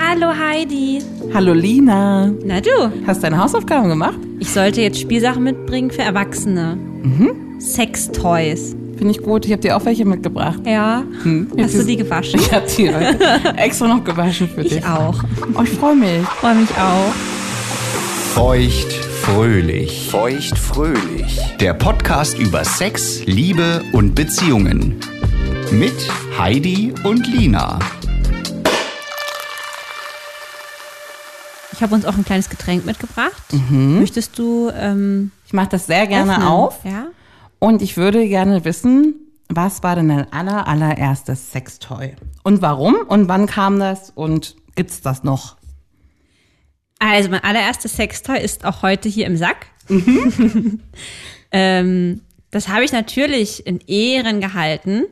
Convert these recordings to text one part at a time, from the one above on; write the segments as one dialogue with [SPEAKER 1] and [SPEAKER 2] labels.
[SPEAKER 1] Hallo Heidi.
[SPEAKER 2] Hallo Lina.
[SPEAKER 1] Na du,
[SPEAKER 2] Hast deine Hausaufgaben gemacht?
[SPEAKER 1] ich sollte jetzt Spielsachen mitbringen für Erwachsene. Sextoys.
[SPEAKER 2] Finde ich gut. Ich habe dir auch welche mitgebracht.
[SPEAKER 1] Ja. Hast du die gewaschen?
[SPEAKER 2] Ich habe die heute extra noch gewaschen für dich.
[SPEAKER 1] Ich auch.
[SPEAKER 2] Oh, ich freue mich.
[SPEAKER 1] Freue mich auch.
[SPEAKER 3] Feucht fröhlich.
[SPEAKER 4] Feucht fröhlich.
[SPEAKER 3] Der Podcast über Sex, Liebe und Beziehungen. Mit Heidi und Lina.
[SPEAKER 1] Ich habe uns auch ein kleines Getränk mitgebracht. Möchtest du ähm,
[SPEAKER 2] Ich mache das sehr gerne
[SPEAKER 1] öffnen?
[SPEAKER 2] auf.
[SPEAKER 1] Ja.
[SPEAKER 2] Und ich würde gerne wissen, was war denn dein aller, allererstes Sextoy? Und warum? Und wann kam das? Und gibt's das noch?
[SPEAKER 1] Also mein allererstes Sextoy ist auch heute hier im Sack. ähm, das habe ich natürlich in Ehren gehalten.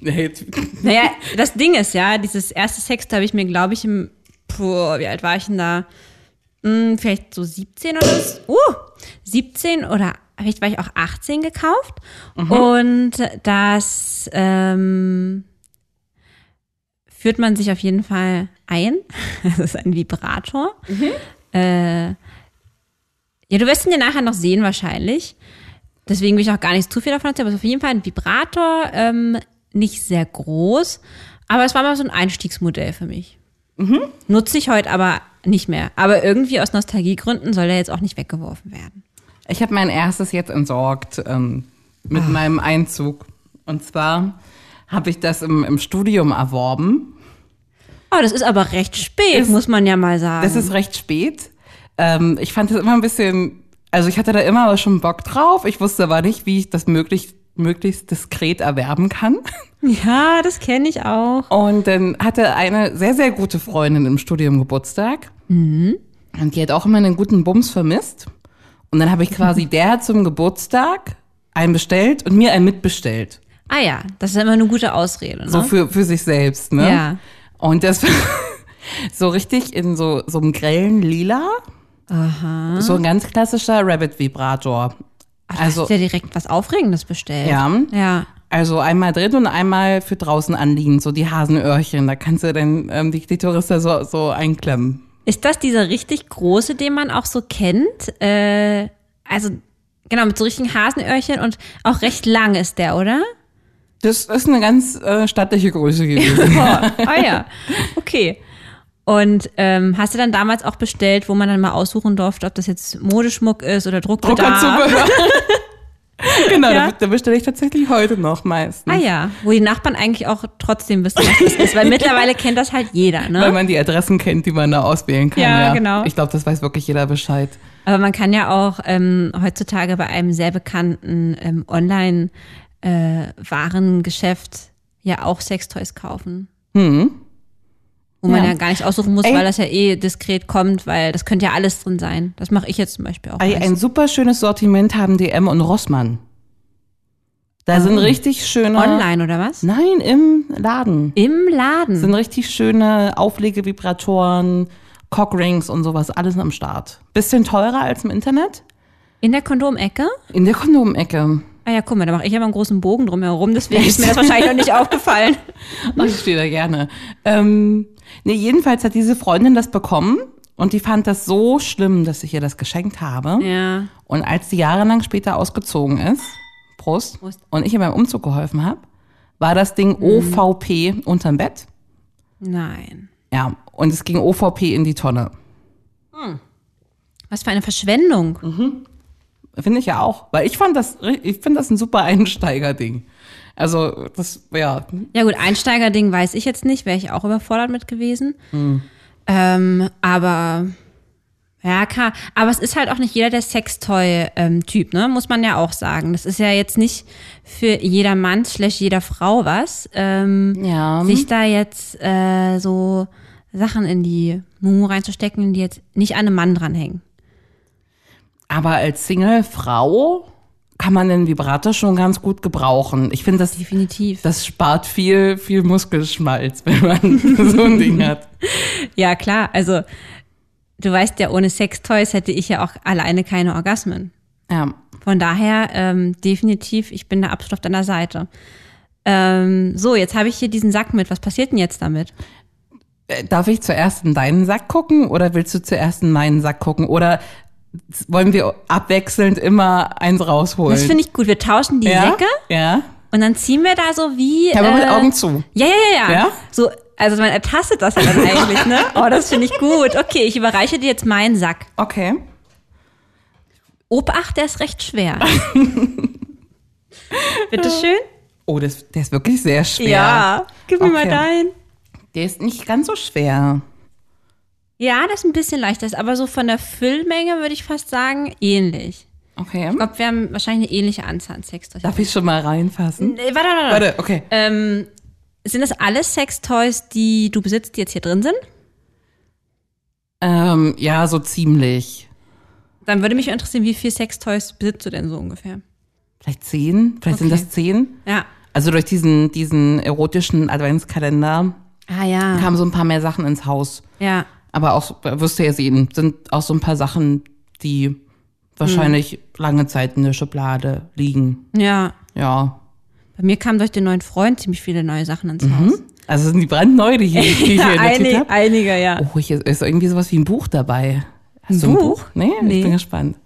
[SPEAKER 1] Naja, das Ding ist ja, dieses erste Sextoy habe ich mir, glaube ich, im, puh, wie alt war ich denn da? Hm, vielleicht so 17 oder so. Uh, 17 oder vielleicht war ich auch 18 gekauft. Und das ähm, führt man sich auf jeden Fall ein. Das ist ein Vibrator. Äh, ja, du wirst ihn ja nachher noch sehen wahrscheinlich. Deswegen will ich auch gar nicht zu viel davon erzählen, aber es ist auf jeden Fall ein Vibrator, ähm, nicht sehr groß, aber es war mal so ein Einstiegsmodell für mich.
[SPEAKER 2] Mhm.
[SPEAKER 1] Nutze ich heute aber nicht mehr. Aber irgendwie aus Nostalgiegründen soll der jetzt auch nicht weggeworfen werden.
[SPEAKER 2] Ich habe mein erstes jetzt entsorgt ähm, mit
[SPEAKER 1] Ah.
[SPEAKER 2] meinem Einzug. Und zwar habe ich das im, im Studium erworben.
[SPEAKER 1] Oh, das ist aber recht spät, muss man ja mal sagen.
[SPEAKER 2] Das ist recht spät. Ähm, ich fand das immer ein bisschen, also ich hatte da immer schon Bock drauf. Ich wusste aber nicht, wie ich das möglich, möglichst diskret erwerben kann.
[SPEAKER 1] ja, das kenne ich auch.
[SPEAKER 2] Und dann hatte eine sehr, sehr gute Freundin im Studium Geburtstag. Und die hat auch immer einen guten Bums vermisst. Und dann habe ich quasi der zum Geburtstag einen bestellt und mir einen mitbestellt.
[SPEAKER 1] Ah ja, das ist immer eine gute Ausrede. Ne?
[SPEAKER 2] So für, für sich selbst, ne?
[SPEAKER 1] Ja.
[SPEAKER 2] Und das war so richtig in so, so einem grellen Lila. Aha. So ein ganz klassischer Rabbit-Vibrator.
[SPEAKER 1] Ach, also
[SPEAKER 2] Also,
[SPEAKER 1] hast du ja direkt was Aufregendes bestellt.
[SPEAKER 2] Ja.
[SPEAKER 1] Ja.
[SPEAKER 2] also einmal drin und einmal für draußen anliegen, so die Hasenöhrchen. Da kannst du dann ähm, die Klitoris da so, so einklemmen.
[SPEAKER 1] Ist das dieser richtig große, den man auch so kennt? Äh, also, genau, mit so richtigen Hasenöhrchen und auch recht lang ist der, oder?
[SPEAKER 2] Das ist eine ganz äh, stattliche Größe gewesen.
[SPEAKER 1] Oh, ah ja, okay. Und ähm, hast du dann damals auch bestellt, wo man dann mal aussuchen durfte, ob das jetzt Modeschmuck ist oder Druckbedarf?
[SPEAKER 2] Druckerzubehör. genau,
[SPEAKER 1] Ja.
[SPEAKER 2] da, da bestelle ich tatsächlich heute noch meistens.
[SPEAKER 1] Ah ja, wo die Nachbarn eigentlich auch trotzdem wissen, was das ist, weil mittlerweile kennt das halt jeder,
[SPEAKER 2] Weil
[SPEAKER 1] ne?
[SPEAKER 2] man die Adressen kennt, die man da auswählen kann.
[SPEAKER 1] Ja, genau.
[SPEAKER 2] Ich glaube, das weiß wirklich jeder Bescheid.
[SPEAKER 1] Aber man kann ja auch ähm, heutzutage bei einem sehr bekannten ähm, Online-Warengeschäft ja auch Sextoys kaufen.
[SPEAKER 2] Hm.
[SPEAKER 1] Wo man ja.
[SPEAKER 2] Ja.
[SPEAKER 1] gar nicht aussuchen muss,
[SPEAKER 2] Ey.
[SPEAKER 1] weil das ja eh diskret kommt, weil das könnte ja alles drin sein. Das mache ich jetzt zum Beispiel auch.
[SPEAKER 2] Ei,
[SPEAKER 1] meistens.
[SPEAKER 2] ein super schönes Sortiment haben DM und Rossmann. Da sind richtig schöne.
[SPEAKER 1] Online oder was?
[SPEAKER 2] Nein, im Laden.
[SPEAKER 1] Im Laden.
[SPEAKER 2] Sind richtig schöne Auflegevibratoren, Cockrings und sowas, alles am Start. Bisschen teurer als im Internet.
[SPEAKER 1] In der Kondomecke?
[SPEAKER 2] In der Kondomecke.
[SPEAKER 1] Ah ja, guck mal, da mache ich ja mal einen großen Bogen drumherum, deswegen ist mir
[SPEAKER 2] Echt?
[SPEAKER 1] das wahrscheinlich noch nicht aufgefallen.
[SPEAKER 2] Oh, ich stehe da gerne. Ähm, nee, jedenfalls hat diese Freundin das bekommen und die fand das so schlimm, dass ich ihr das geschenkt habe.
[SPEAKER 1] Ja.
[SPEAKER 2] Und als die jahrelang später ausgezogen ist, Prost,
[SPEAKER 1] Prost.
[SPEAKER 2] und ich ihr beim Umzug geholfen habe, war das Ding OVP unterm Bett.
[SPEAKER 1] Nein.
[SPEAKER 2] Ja, und es ging OVP in die Tonne.
[SPEAKER 1] Was für eine Verschwendung.
[SPEAKER 2] Finde ich ja auch, weil ich fand das, ri- ich finde das ein super Einsteigerding. Also, das, ja,
[SPEAKER 1] Ja gut, Einsteigerding weiß ich jetzt nicht, wäre ich auch überfordert mit gewesen. Ähm, aber ja, klar. Aber es ist halt auch nicht jeder der Sextoy-Typ, ne? Muss man ja auch sagen. Das ist ja jetzt nicht für jeder Mann slash jeder Frau was. Ähm,
[SPEAKER 2] Ja.
[SPEAKER 1] Sich da jetzt äh, so Sachen in die Mumu reinzustecken, die jetzt nicht an einem Mann dranhängen.
[SPEAKER 2] Aber als Single-Frau kann man den Vibrator schon ganz gut gebrauchen. Ich finde, das,
[SPEAKER 1] Definitiv.
[SPEAKER 2] das spart viel, viel Muskelschmalz, wenn man so ein Ding hat.
[SPEAKER 1] Ja, klar. Also, du weißt ja, ohne Sextoys hätte ich ja auch alleine keine Orgasmen.
[SPEAKER 2] Ja.
[SPEAKER 1] Von daher ähm, definitiv, ich bin da absolut auf deiner Seite. Ähm, so, jetzt habe ich hier diesen Sack mit. Was passiert denn jetzt damit?
[SPEAKER 2] Äh, Darf ich zuerst in deinen Sack gucken oder willst du zuerst in meinen Sack gucken? Oder wollen wir abwechselnd immer eins rausholen?
[SPEAKER 1] Das finde ich gut. Wir tauschen die
[SPEAKER 2] ja?
[SPEAKER 1] Säcke
[SPEAKER 2] Ja.
[SPEAKER 1] und dann ziehen wir da so wie.
[SPEAKER 2] Ja, aber mit
[SPEAKER 1] äh,
[SPEAKER 2] Augen zu.
[SPEAKER 1] Ja, ja, ja, ja.
[SPEAKER 2] Ja?
[SPEAKER 1] So, also man ertastet das ja dann eigentlich, ne? Oh, das finde ich gut. Okay, ich überreiche dir jetzt meinen Sack.
[SPEAKER 2] Okay.
[SPEAKER 1] Obacht, der ist recht schwer. Bitteschön?
[SPEAKER 2] Oh, das, der ist wirklich sehr schwer.
[SPEAKER 1] Gib mir mal
[SPEAKER 2] Okay.
[SPEAKER 1] deinen.
[SPEAKER 2] Der ist nicht ganz so schwer.
[SPEAKER 1] Ja, das ist ein bisschen leichter, ist aber so von der Füllmenge würde ich fast sagen, ähnlich.
[SPEAKER 2] Okay.
[SPEAKER 1] Ich glaube, wir haben wahrscheinlich eine ähnliche Anzahl an Sextoys.
[SPEAKER 2] Darf ich schon mal reinfassen?
[SPEAKER 1] Nee, warte, warte, warte.
[SPEAKER 2] Warte, okay.
[SPEAKER 1] Ähm, sind das alles Sextoys, die du besitzt, die jetzt hier drin sind?
[SPEAKER 2] Ähm, ja, so ziemlich.
[SPEAKER 1] Dann würde mich interessieren, wie viel Sextoys besitzt du denn so ungefähr?
[SPEAKER 2] Vielleicht zehn? Vielleicht sind
[SPEAKER 1] Okay.
[SPEAKER 2] das zehn?
[SPEAKER 1] Ja.
[SPEAKER 2] Also durch diesen, diesen erotischen Adventskalender
[SPEAKER 1] Ah ja.
[SPEAKER 2] kamen so ein paar mehr Sachen ins Haus.
[SPEAKER 1] Ja.
[SPEAKER 2] Aber auch, wirst du ja sehen, sind auch so ein paar Sachen, die wahrscheinlich lange Zeit in der Schublade liegen.
[SPEAKER 1] Ja.
[SPEAKER 2] Ja.
[SPEAKER 1] Bei mir kamen durch den neuen Freund ziemlich viele neue Sachen ins Haus.
[SPEAKER 2] Also sind die brandneu, die, hier- die ich hier in der Tüte hab.
[SPEAKER 1] einige, ja.
[SPEAKER 2] Oh, hier ist irgendwie sowas wie ein Buch dabei. Hast
[SPEAKER 1] Ein
[SPEAKER 2] du ein
[SPEAKER 1] Buch?
[SPEAKER 2] Buch? Nee,
[SPEAKER 1] Nee.
[SPEAKER 2] ich bin gespannt.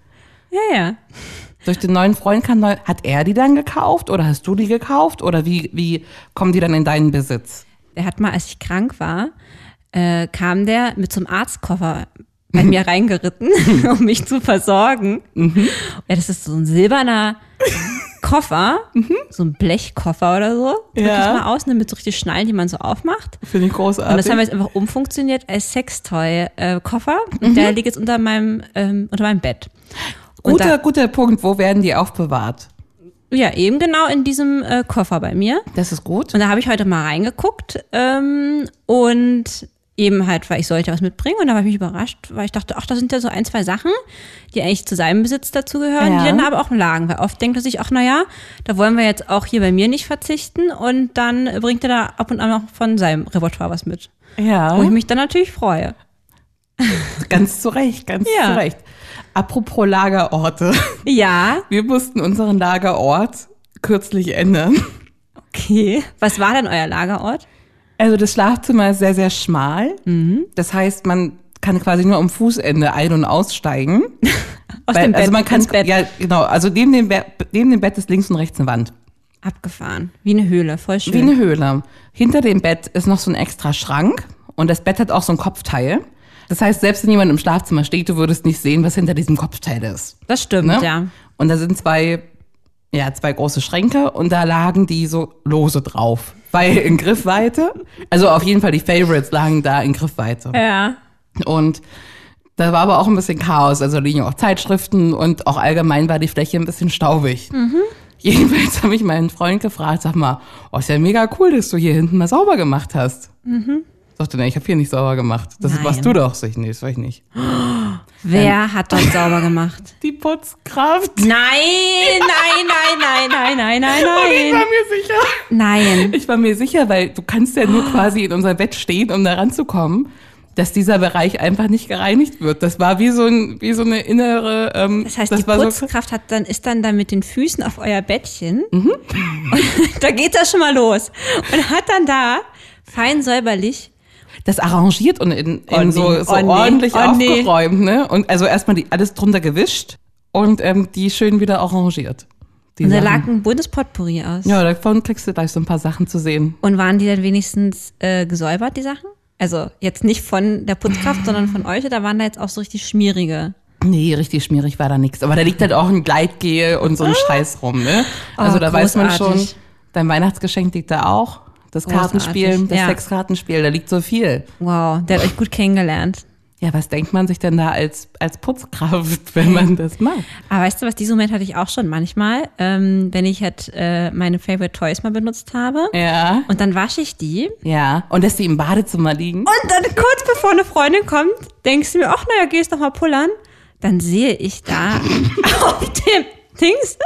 [SPEAKER 1] Ja, ja.
[SPEAKER 2] Durch den neuen Freund kann neu. Hat er die dann gekauft oder hast du die gekauft? Oder wie, wie kommen die dann in deinen Besitz?
[SPEAKER 1] Der hat mal, als ich krank war, äh, kam der mit so einem Arztkoffer bei mir reingeritten, um mich zu versorgen.
[SPEAKER 2] Mhm.
[SPEAKER 1] Ja, das ist so ein silberner Koffer, so ein Blechkoffer oder so. Drück
[SPEAKER 2] Mhm. Ja. Ah,
[SPEAKER 1] ich mal aus, ne, mit so richtig Schnallen, die man so aufmacht.
[SPEAKER 2] Finde ich großartig.
[SPEAKER 1] Und das haben wir jetzt einfach umfunktioniert als Sextoy-Koffer.
[SPEAKER 2] Mhm.
[SPEAKER 1] Und der liegt jetzt unter meinem, ähm, unter meinem Bett. Und
[SPEAKER 2] guter, guter Punkt. Wo werden die aufbewahrt?
[SPEAKER 1] da, ja, eben genau in diesem äh, Koffer bei mir.
[SPEAKER 2] Das ist gut.
[SPEAKER 1] Und da habe ich heute mal reingeguckt ähm, und eben halt, weil ich sollte was mitbringen und da war ich mich überrascht, weil ich dachte, ach, da sind ja so ein, zwei Sachen, die eigentlich zu seinem Besitz dazugehören, die
[SPEAKER 2] Ja.
[SPEAKER 1] dann aber auch lagen. Weil oft denkt er sich, ach naja, da wollen wir jetzt auch hier bei mir nicht verzichten und dann bringt er da ab und an auch von seinem Repertoire was mit.
[SPEAKER 2] Ja.
[SPEAKER 1] Wo ich mich dann natürlich freue.
[SPEAKER 2] Ganz zu Recht, ganz
[SPEAKER 1] Ja.
[SPEAKER 2] zu Recht. Apropos Lagerorte.
[SPEAKER 1] Ja,
[SPEAKER 2] Wir mussten unseren Lagerort kürzlich ändern.
[SPEAKER 1] okay. Was war denn euer Lagerort?
[SPEAKER 2] Also das Schlafzimmer ist sehr, sehr schmal.
[SPEAKER 1] Mhm.
[SPEAKER 2] Das heißt, man kann quasi nur am Fußende ein- und aussteigen.
[SPEAKER 1] Aus
[SPEAKER 2] Weil-
[SPEAKER 1] dem Bett
[SPEAKER 2] also man kann,
[SPEAKER 1] ins Bett
[SPEAKER 2] Ja, genau. Also neben dem, Be neben dem Bett ist links und rechts eine Wand.
[SPEAKER 1] abgefahren. Wie eine Höhle, voll schön.
[SPEAKER 2] Wie eine Höhle. Hinter dem Bett ist noch so ein extra Schrank und das Bett hat auch so ein Kopfteil. Das heißt, selbst wenn jemand im Schlafzimmer steht, du würdest nicht sehen, was hinter diesem Kopfteil ist.
[SPEAKER 1] das stimmt,
[SPEAKER 2] Ne?
[SPEAKER 1] ja.
[SPEAKER 2] Und da sind zwei, ja, zwei große Schränke und da lagen die so lose drauf. Weil in Griffweite, also auf jeden Fall die Favorites lagen da in Griffweite.
[SPEAKER 1] Ja.
[SPEAKER 2] Und da war aber auch ein bisschen Chaos. Also liegen auch Zeitschriften und auch allgemein war die Fläche ein bisschen staubig.
[SPEAKER 1] Mhm.
[SPEAKER 2] Jedenfalls habe ich meinen Freund gefragt, sag mal, oh, ist ja mega cool, dass du hier hinten mal sauber gemacht hast. Mhm. Sagte, ne, ich habe hier nicht sauber gemacht. Das
[SPEAKER 1] Nein.
[SPEAKER 2] machst du doch. Sag ich, nee, das war ich nicht.
[SPEAKER 1] Wer hat
[SPEAKER 2] Ähm.
[SPEAKER 1] dort sauber gemacht?
[SPEAKER 2] Die Putzkraft.
[SPEAKER 1] Nein, nein, nein, nein, nein, nein, nein,
[SPEAKER 2] Ich war
[SPEAKER 1] nein.
[SPEAKER 2] mir sicher.
[SPEAKER 1] Nein.
[SPEAKER 2] Ich war mir sicher, weil du kannst ja nur quasi in unser Bett stehen, um da ranzukommen, dass dieser Bereich einfach nicht gereinigt wird. Das war wie so, ein, wie so eine innere... Ähm,
[SPEAKER 1] Das heißt, die
[SPEAKER 2] war so-
[SPEAKER 1] Putzkraft hat dann, ist dann da mit den Füßen auf euer Bettchen.
[SPEAKER 2] Mhm.
[SPEAKER 1] Und da geht das schon mal los. Und hat dann da fein säuberlich.
[SPEAKER 2] das arrangiert und in, in
[SPEAKER 1] Oh nee,
[SPEAKER 2] so, so
[SPEAKER 1] oh nee,
[SPEAKER 2] ordentlich
[SPEAKER 1] oh nee.
[SPEAKER 2] aufgeräumt. Ne? Und also erstmal die, alles drunter gewischt und ähm, die schön wieder arrangiert. Die
[SPEAKER 1] Und da lag
[SPEAKER 2] Sachen.
[SPEAKER 1] ein buntes Potpourri aus.
[SPEAKER 2] ja, davon kriegst du gleich so ein paar Sachen zu sehen.
[SPEAKER 1] Und waren die dann wenigstens äh, gesäubert, die Sachen? Also jetzt nicht von der Putzkraft, sondern von euch. Da waren da jetzt auch so richtig schmierige.
[SPEAKER 2] Nee, richtig schmierig war da nichts. Aber da liegt halt auch ein Gleitgel und so ein Scheiß rum, ne? Also da weiß man schon,
[SPEAKER 1] Ah. großartig.
[SPEAKER 2] dein Weihnachtsgeschenk liegt da auch. Das
[SPEAKER 1] Großartig,
[SPEAKER 2] Kartenspiel, das
[SPEAKER 1] ja.
[SPEAKER 2] Sexkartenspiel, da liegt so viel.
[SPEAKER 1] Wow, der hat euch gut kennengelernt.
[SPEAKER 2] Ja, was denkt man sich denn da als, als Putzkraft, wenn man das macht?
[SPEAKER 1] Aber weißt du was, diesen Moment hatte ich auch schon manchmal, ähm, wenn ich halt äh, meine Favorite Toys mal benutzt habe.
[SPEAKER 2] Ja.
[SPEAKER 1] Und dann wasche ich die.
[SPEAKER 2] Ja. Und dass die im Badezimmer liegen.
[SPEAKER 1] Und dann kurz bevor eine Freundin kommt, denkst du mir, ach naja, gehst noch mal pullern. Dann sehe ich da auf dem Dings.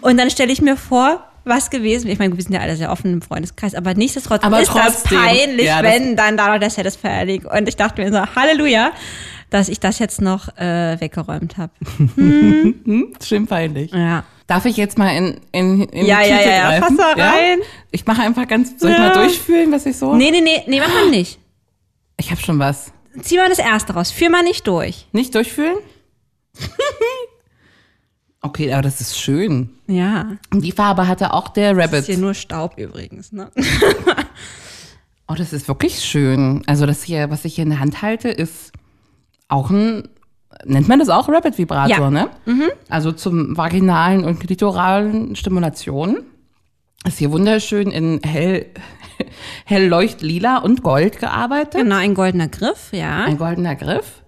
[SPEAKER 1] Und dann stelle ich mir vor, was gewesen wäre. Ich meine, wir sind ja alle sehr offen im Freundeskreis, aber nichtsdestotrotz
[SPEAKER 2] Aber
[SPEAKER 1] ist das
[SPEAKER 2] trotzdem.
[SPEAKER 1] peinlich,
[SPEAKER 2] Ja, das-
[SPEAKER 1] wenn dann da noch der Satisfier erlegt. Und ich dachte mir so, Halleluja, dass ich das jetzt noch äh, weggeräumt habe.
[SPEAKER 2] Schön peinlich.
[SPEAKER 1] Ja.
[SPEAKER 2] Darf ich jetzt mal in, in, in
[SPEAKER 1] Ja,
[SPEAKER 2] die
[SPEAKER 1] ja,
[SPEAKER 2] Tüte
[SPEAKER 1] ja, ja.
[SPEAKER 2] greifen?
[SPEAKER 1] Fass da rein.
[SPEAKER 2] Ich mache einfach ganz, soll ich
[SPEAKER 1] Ja.
[SPEAKER 2] mal durchfühlen, was ich so?
[SPEAKER 1] Nee, nee, nee, nee, mach mal nicht.
[SPEAKER 2] Ich habe schon was.
[SPEAKER 1] Zieh mal das erste raus. Führ mal nicht durch.
[SPEAKER 2] Nicht durchfühlen? okay, aber das ist schön.
[SPEAKER 1] Ja.
[SPEAKER 2] Und die Farbe hatte auch der
[SPEAKER 1] Ist hier
[SPEAKER 2] Rabbit.
[SPEAKER 1] nur Staub übrigens, ne?
[SPEAKER 2] Oh, das ist wirklich schön. Also das hier, was ich hier in der Hand halte, ist auch ein, nennt man das auch
[SPEAKER 1] Ja.
[SPEAKER 2] Rabbit-Vibrator,
[SPEAKER 1] Mhm.
[SPEAKER 2] ne? Also zum vaginalen und klitoralen Stimulation. Ist hier wunderschön in hell, hell leuchtlila und gold gearbeitet.
[SPEAKER 1] Genau, ein goldener Griff, ja.
[SPEAKER 2] Ein goldener Griff.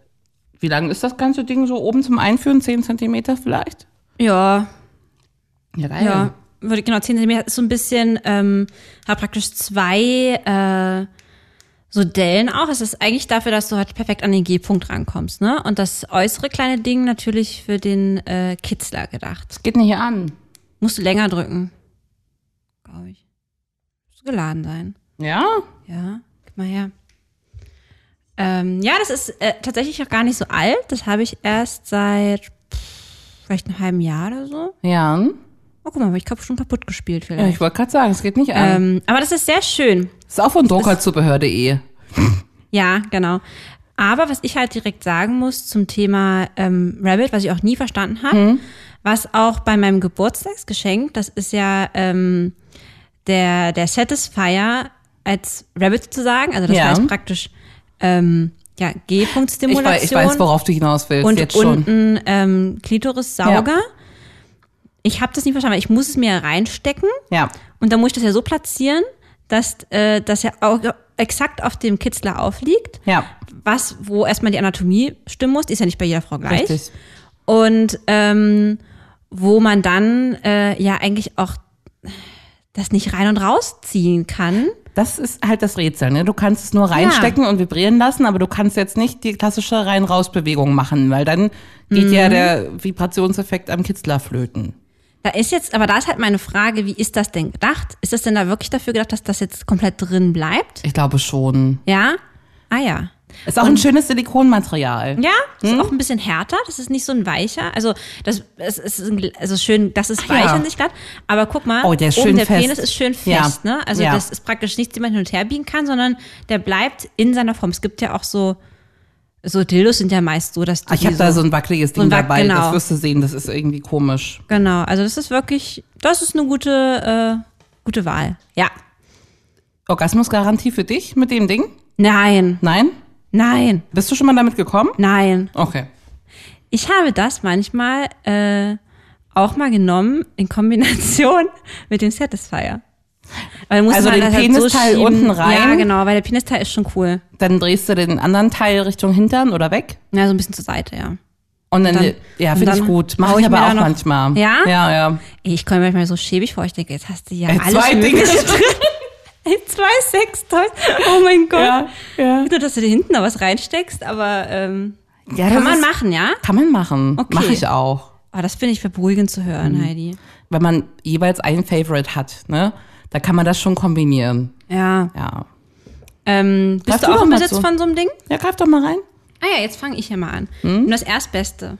[SPEAKER 2] Wie lang ist das ganze Ding so oben zum Einführen? Zehn Zentimeter vielleicht?
[SPEAKER 1] Ja,
[SPEAKER 2] Ja, geil.
[SPEAKER 1] ja. Würde, genau, 10 cm ist so ein bisschen, ähm, hat praktisch zwei äh, so Dellen auch. Es ist eigentlich dafür, dass du halt perfekt an den G-Punkt rankommst, ne? Und das äußere kleine Ding natürlich für den äh, Kitzler gedacht.
[SPEAKER 2] Geht nicht an.
[SPEAKER 1] Musst du länger drücken. Glaube ich. Musst du geladen sein.
[SPEAKER 2] Ja?
[SPEAKER 1] Ja, guck mal her. Ähm, ja, das ist äh, tatsächlich auch gar nicht so alt. Das habe ich erst seit pff, vielleicht einem halben Jahr oder so.
[SPEAKER 2] Ja.
[SPEAKER 1] Oh, guck mal, aber ich habe schon kaputt gespielt
[SPEAKER 2] ja
[SPEAKER 1] vielleicht.
[SPEAKER 2] ich wollte gerade sagen, es geht nicht an.
[SPEAKER 1] ähm, aber das ist sehr schön.
[SPEAKER 2] ist auch von druckerzubehör.de.
[SPEAKER 1] Ja, genau. Aber was ich halt direkt sagen muss zum Thema ähm, Rabbit, was ich auch nie verstanden habe,
[SPEAKER 2] Mhm.
[SPEAKER 1] was auch bei meinem Geburtstagsgeschenk, das ist ja ähm, der, der Satisfier als Rabbit sozusagen, also das
[SPEAKER 2] Ja.
[SPEAKER 1] heißt praktisch ähm, ja,
[SPEAKER 2] Ich
[SPEAKER 1] G-Punkt-Stimulation.
[SPEAKER 2] weiß, ich weiß, worauf du hinaus willst
[SPEAKER 1] und
[SPEAKER 2] jetzt schon.
[SPEAKER 1] unten ähm, Klitorissauger. Ich habe das nicht verstanden, weil ich muss es mir reinstecken
[SPEAKER 2] Ja.
[SPEAKER 1] und dann muss ich das ja so platzieren, dass, äh, dass er auch exakt auf dem Kitzler aufliegt.
[SPEAKER 2] Ja.
[SPEAKER 1] Was, wo erstmal die Anatomie stimmen muss, die ist ja nicht bei jeder Frau gleich.
[SPEAKER 2] Richtig.
[SPEAKER 1] Und ähm, wo man dann äh, ja eigentlich auch das nicht rein und rausziehen kann.
[SPEAKER 2] Das ist halt das Rätsel, ne? Du kannst es nur reinstecken und vibrieren lassen, aber du kannst jetzt nicht die klassische Rein-Raus-Bewegung machen, weil dann geht
[SPEAKER 1] Mhm.
[SPEAKER 2] ja der Vibrationseffekt am Kitzler flöten.
[SPEAKER 1] Da ist jetzt, aber da ist halt meine Frage, wie ist das denn gedacht? Ist das denn da wirklich dafür gedacht, dass das jetzt komplett drin bleibt?
[SPEAKER 2] Ich glaube schon.
[SPEAKER 1] Ja? Ah ja.
[SPEAKER 2] Ist auch ein schönes Silikonmaterial.
[SPEAKER 1] Ja, das
[SPEAKER 2] Hm?
[SPEAKER 1] ist auch ein bisschen härter. Das ist nicht so ein weicher. Also das es ist ein, also schön, das ist
[SPEAKER 2] Ach Ah, ja.
[SPEAKER 1] weich an sich gerade. Aber guck mal,
[SPEAKER 2] Oh, der ist
[SPEAKER 1] oben
[SPEAKER 2] schön
[SPEAKER 1] der
[SPEAKER 2] fest.
[SPEAKER 1] Penis ist schön
[SPEAKER 2] Ja.
[SPEAKER 1] fest. Ne? Also
[SPEAKER 2] Ja.
[SPEAKER 1] das ist praktisch nichts, den man hin und her biegen kann, sondern der bleibt in seiner Form. Es gibt ja auch so so Dildos sind ja meist so, dass du
[SPEAKER 2] Ah, Ich
[SPEAKER 1] die
[SPEAKER 2] habe da so ein wackeliges Ding
[SPEAKER 1] so ein Wack-
[SPEAKER 2] dabei,
[SPEAKER 1] genau.
[SPEAKER 2] das wirst du sehen, das ist irgendwie komisch.
[SPEAKER 1] genau. Also das ist wirklich, das ist eine gute äh, gute Wahl. Ja.
[SPEAKER 2] Orgasmusgarantie für dich mit dem Ding?
[SPEAKER 1] Nein,
[SPEAKER 2] Nein?
[SPEAKER 1] nein,
[SPEAKER 2] Bist du schon mal damit gekommen?
[SPEAKER 1] nein.
[SPEAKER 2] Okay.
[SPEAKER 1] Ich habe das manchmal äh, auch mal genommen in Kombination mit dem Satisfier. Weil muss
[SPEAKER 2] Also
[SPEAKER 1] man
[SPEAKER 2] den
[SPEAKER 1] das halt
[SPEAKER 2] Penisteil
[SPEAKER 1] schieben.
[SPEAKER 2] unten rein?
[SPEAKER 1] Ja, genau, weil der Penisteil ist schon cool.
[SPEAKER 2] Dann drehst du den anderen Teil Richtung Hintern oder weg?
[SPEAKER 1] Ja, so ein bisschen zur Seite, ja.
[SPEAKER 2] Und dann,
[SPEAKER 1] Und dann-
[SPEAKER 2] ja,
[SPEAKER 1] und
[SPEAKER 2] finde ich
[SPEAKER 1] dann
[SPEAKER 2] gut. Mach
[SPEAKER 1] hau
[SPEAKER 2] ich
[SPEAKER 1] ich mir
[SPEAKER 2] aber
[SPEAKER 1] da
[SPEAKER 2] auch
[SPEAKER 1] noch-
[SPEAKER 2] manchmal.
[SPEAKER 1] Ja?
[SPEAKER 2] Ja, ja.
[SPEAKER 1] Ey, Ich komme mir manchmal so schäbig vor, ich denke, jetzt hast du ja
[SPEAKER 2] Äh,
[SPEAKER 1] alles
[SPEAKER 2] zwei Dinge.
[SPEAKER 1] Mögliche drin. Zwei Sextoys, oh mein Gott.
[SPEAKER 2] Ja, ja.
[SPEAKER 1] Nur, dass du dir hinten noch was reinsteckst, aber ähm,
[SPEAKER 2] ja das
[SPEAKER 1] kann man
[SPEAKER 2] ist-
[SPEAKER 1] machen, ja?
[SPEAKER 2] Kann man machen.
[SPEAKER 1] Okay.
[SPEAKER 2] Mache ich auch.
[SPEAKER 1] Aber das finde ich beruhigend zu
[SPEAKER 2] Mhm.
[SPEAKER 1] hören, Heidi.
[SPEAKER 2] Wenn man jeweils ein Favorite hat, ne? Da kann man das schon kombinieren.
[SPEAKER 1] Ja.
[SPEAKER 2] Ja.
[SPEAKER 1] Ähm,
[SPEAKER 2] Greif
[SPEAKER 1] bist
[SPEAKER 2] du
[SPEAKER 1] du auch
[SPEAKER 2] doch
[SPEAKER 1] im
[SPEAKER 2] mal
[SPEAKER 1] Besitz
[SPEAKER 2] zu.
[SPEAKER 1] von so einem Ding?
[SPEAKER 2] Ja, greif doch mal rein.
[SPEAKER 1] Ah ja, jetzt fange ich ja mal an.
[SPEAKER 2] Hm?
[SPEAKER 1] Und das Erstbeste.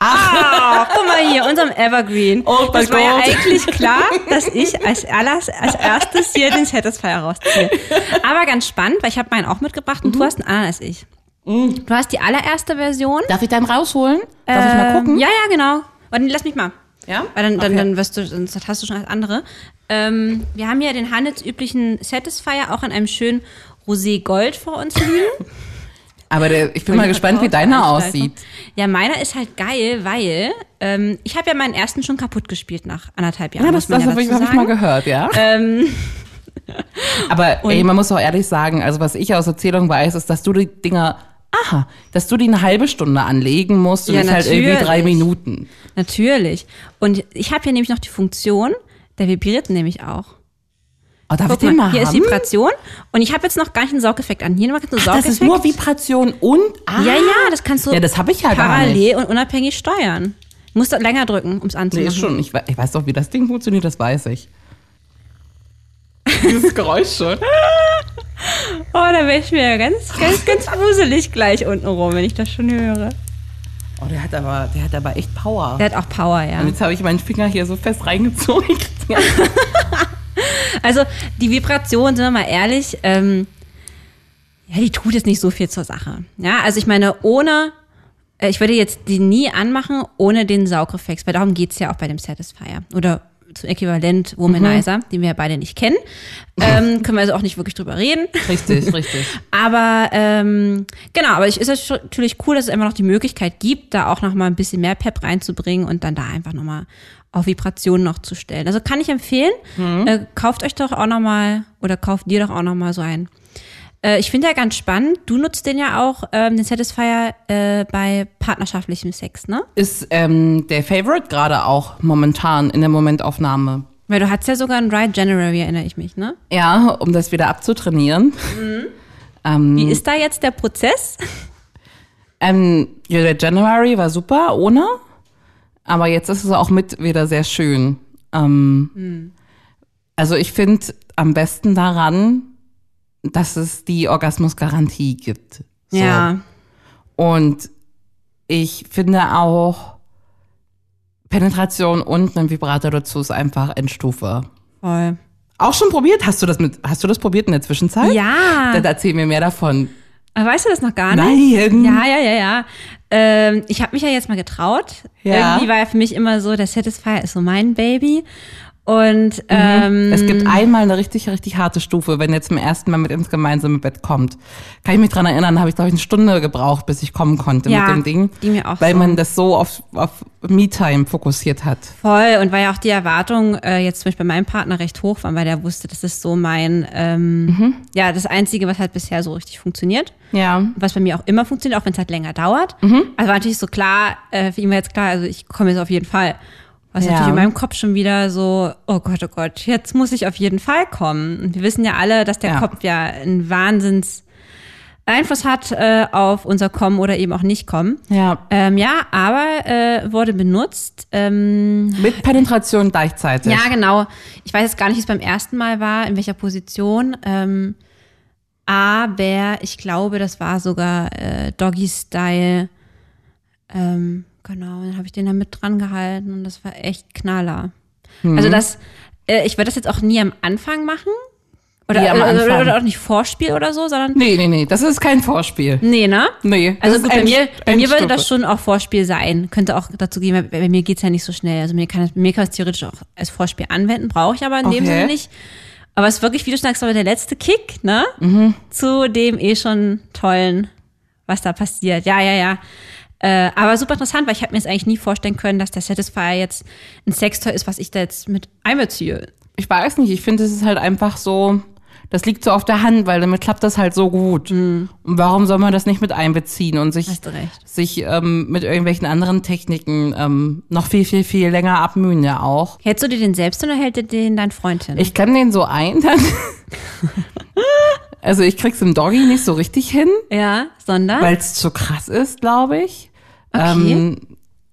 [SPEAKER 1] Ah, guck mal hier, unserem Evergreen.
[SPEAKER 2] Oh mein
[SPEAKER 1] das war ja
[SPEAKER 2] Gott.
[SPEAKER 1] eigentlich klar, dass ich als, alles, als erstes hier den Satisfier rausziehe. Aber ganz spannend, weil ich habe meinen auch mitgebracht
[SPEAKER 2] Mhm.
[SPEAKER 1] und du hast einen anderen als ich. Du hast die allererste Version.
[SPEAKER 2] Darf ich dann rausholen? Mhm. Darf ich mal gucken?
[SPEAKER 1] Ja, ja, genau. Warte, lass mich mal.
[SPEAKER 2] Ja?
[SPEAKER 1] Weil dann, dann,
[SPEAKER 2] Okay.
[SPEAKER 1] dann wirst du, sonst hast du schon alles andere. Ähm, wir haben hier den handelsüblichen Satisfier auch in einem schönen Rosé-Gold vor uns liegen.
[SPEAKER 2] Aber der, ich bin mal gespannt, wie deiner aussieht.
[SPEAKER 1] Ja, meiner ist halt geil, weil ähm, ich habe ja meinen ersten schon kaputt gespielt nach anderthalb Jahren.
[SPEAKER 2] Ja, das,
[SPEAKER 1] muss
[SPEAKER 2] das
[SPEAKER 1] man
[SPEAKER 2] habe ich,
[SPEAKER 1] dazu
[SPEAKER 2] hab ich mal
[SPEAKER 1] sagen. Ähm.
[SPEAKER 2] gehört, ja. Aber ey, man muss auch ehrlich sagen, also was ich aus Erzählung weiß, ist, dass du die Dinger, aha, dass du die eine halbe Stunde anlegen musst und
[SPEAKER 1] Ja,
[SPEAKER 2] das halt irgendwie drei
[SPEAKER 1] natürlich.
[SPEAKER 2] Minuten.
[SPEAKER 1] Natürlich. Und ich habe hier nämlich noch die Funktion, der vibriert nämlich auch.
[SPEAKER 2] Oh, darf ich
[SPEAKER 1] Guck
[SPEAKER 2] den
[SPEAKER 1] mal,
[SPEAKER 2] mal
[SPEAKER 1] hier ist
[SPEAKER 2] haben?
[SPEAKER 1] Vibration und ich habe jetzt noch gar nicht einen Saugeffekt an. Hier kannst du
[SPEAKER 2] Das
[SPEAKER 1] Saugeffekt.
[SPEAKER 2] ist nur Vibration und ah,
[SPEAKER 1] ja, ja, das kannst du
[SPEAKER 2] Ja, das hab ich ja gar
[SPEAKER 1] parallel und unabhängig steuern. Du musst da länger drücken, ums
[SPEAKER 2] Nee,
[SPEAKER 1] anzumachen.
[SPEAKER 2] ist schon, ich, we- ich weiß doch, wie das Ding funktioniert, das weiß ich. Dieses Geräusch schon.
[SPEAKER 1] Oh, da wäre ich mir ja ganz, ganz, ganz wuselig gleich unten rum, wenn ich das schon höre.
[SPEAKER 2] Oh, der hat aber, der hat aber echt Power.
[SPEAKER 1] Der hat auch Power, ja.
[SPEAKER 2] Und jetzt habe ich meinen Finger hier so fest reingezogen.
[SPEAKER 1] Also die Vibration, sind wir mal ehrlich, ähm, Ja, die tut jetzt nicht so viel zur Sache. Ja, also ich meine, ohne, äh, ich würde jetzt die nie anmachen, ohne den Saugreflex, weil darum geht's ja auch bei dem Satisfier. Oder zum Äquivalent Womanizer, den wir ja beide nicht kennen. Ähm, können wir also auch nicht wirklich drüber reden.
[SPEAKER 2] Richtig, richtig.
[SPEAKER 1] Aber ähm, genau, aber es ist natürlich schon- natürlich cool, dass es immer noch die Möglichkeit gibt, da auch noch mal ein bisschen mehr Pep reinzubringen und dann da einfach noch mal auf Vibrationen noch zu stellen. Also kann ich empfehlen,
[SPEAKER 2] Mhm.
[SPEAKER 1] äh, kauft euch doch auch noch mal oder kauft dir doch auch noch mal so einen. Äh, ich finde ja ganz spannend, du nutzt den ja auch, ähm, den Satisfier, äh, bei partnerschaftlichem Sex, ne?
[SPEAKER 2] Ist ähm, der Favorite gerade auch momentan in der Momentaufnahme.
[SPEAKER 1] Weil du hast ja sogar einen Right January, erinnere ich mich, ne?
[SPEAKER 2] Ja, um das wieder abzutrainieren.
[SPEAKER 1] Mhm. Wie
[SPEAKER 2] Mhm.
[SPEAKER 1] ist da jetzt der Prozess?
[SPEAKER 2] Ähm, ja, der January war super ohne, aber jetzt ist es auch mit wieder sehr schön. Ähm,
[SPEAKER 1] Hm.
[SPEAKER 2] Also ich finde am besten daran, dass es die Orgasmusgarantie gibt. So.
[SPEAKER 1] Ja.
[SPEAKER 2] Und ich finde auch Penetration und ein Vibrator dazu ist einfach Endstufe.
[SPEAKER 1] Voll.
[SPEAKER 2] Auch schon probiert? Hast du das mit? Hast du das probiert in der Zwischenzeit?
[SPEAKER 1] Ja.
[SPEAKER 2] Dann erzähl mir mehr davon.
[SPEAKER 1] Aber weißt du das noch gar nicht?
[SPEAKER 2] Nein.
[SPEAKER 1] Ja, ja, ja, ja. Ähm, ich habe mich ja jetzt mal getraut.
[SPEAKER 2] Ja.
[SPEAKER 1] Irgendwie war ja für mich immer so, der Satisfier ist so mein Baby. Und ähm,
[SPEAKER 2] Es gibt einmal eine richtig, richtig harte Stufe, wenn ihr zum ersten Mal mit ins gemeinsame Bett kommt. Kann ich mich dran erinnern, habe ich, glaube ich, eine Stunde gebraucht, bis ich kommen konnte
[SPEAKER 1] Ja,
[SPEAKER 2] mit dem Ding.
[SPEAKER 1] ging mir auch
[SPEAKER 2] Weil
[SPEAKER 1] so.
[SPEAKER 2] man das so auf, auf Me-Time fokussiert hat.
[SPEAKER 1] voll. Und weil ja auch die Erwartung äh, jetzt zum Beispiel bei meinem Partner recht hoch war, weil der wusste, das ist so mein, ähm, ja, das Einzige, was halt bisher so richtig funktioniert.
[SPEAKER 2] Ja.
[SPEAKER 1] Was bei mir auch immer funktioniert, auch wenn es halt länger dauert.
[SPEAKER 2] Mhm.
[SPEAKER 1] Also war natürlich so klar, äh, für ihn war jetzt klar, also ich komme jetzt auf jeden Fall. Was
[SPEAKER 2] Ja.
[SPEAKER 1] natürlich in meinem Kopf schon wieder so, oh Gott, oh Gott, jetzt muss ich auf jeden Fall kommen. Und wir wissen ja alle, dass der
[SPEAKER 2] Ja.
[SPEAKER 1] Kopf ja einen Wahnsinns Einfluss hat äh, auf unser Kommen oder eben auch nicht kommen.
[SPEAKER 2] Ja.
[SPEAKER 1] Ähm, ja, aber äh, wurde benutzt. Ähm,
[SPEAKER 2] Mit Penetration gleichzeitig.
[SPEAKER 1] ja, genau. Ich weiß jetzt gar nicht, wie es beim ersten Mal war, in welcher Position. Ähm, aber ich glaube, das war sogar äh, Doggy-Style. Ähm, genau, dann habe ich den da mit dran gehalten und das war echt Knaller.
[SPEAKER 2] Mhm.
[SPEAKER 1] Also das, äh, ich werde das jetzt auch nie am Anfang machen. Oder,
[SPEAKER 2] Nie am
[SPEAKER 1] oder-
[SPEAKER 2] Anfang.
[SPEAKER 1] Oder, oder auch nicht Vorspiel oder so, sondern.
[SPEAKER 2] Nee, nee, nee, das ist kein Vorspiel.
[SPEAKER 1] Nee, ne?
[SPEAKER 2] Nee. das
[SPEAKER 1] Also
[SPEAKER 2] ist
[SPEAKER 1] gut, bei
[SPEAKER 2] End-
[SPEAKER 1] mir, bei mir würde
[SPEAKER 2] Endstufe.
[SPEAKER 1] das schon auch Vorspiel sein. Könnte auch dazu gehen, weil bei bei mir geht's ja nicht so schnell. Also mir kann, das- mir kann es theoretisch auch als Vorspiel anwenden, brauche ich aber in dem
[SPEAKER 2] Okay.
[SPEAKER 1] Sinne nicht. Aber es ist wirklich, wie du schon sagst, aber der letzte Kick, ne?
[SPEAKER 2] Mhm.
[SPEAKER 1] Zu dem eh schon tollen, was da passiert. Ja, ja, ja. Äh, aber super interessant, weil ich habe mir jetzt eigentlich nie vorstellen können, dass der Satisfier jetzt ein Sextoy ist, was ich da jetzt mit einbeziehe.
[SPEAKER 2] Ich weiß nicht, ich finde, es ist halt einfach so, das liegt so auf der Hand, weil damit klappt das halt so gut.
[SPEAKER 1] Mhm.
[SPEAKER 2] Und warum soll man das nicht mit einbeziehen und sich,
[SPEAKER 1] Hast du recht.
[SPEAKER 2] sich ähm, mit irgendwelchen anderen Techniken ähm, noch viel, viel, viel länger abmühen ja auch.
[SPEAKER 1] Hältst du dir den selbst oder hält dir den dein Freund hin?
[SPEAKER 2] Ich klemme den so ein, dann. also ich krieg's im Doggy nicht so richtig hin,
[SPEAKER 1] ja, sondern?
[SPEAKER 2] weil ähm, es zu krass ist, glaube ich.
[SPEAKER 1] Ah. Okay.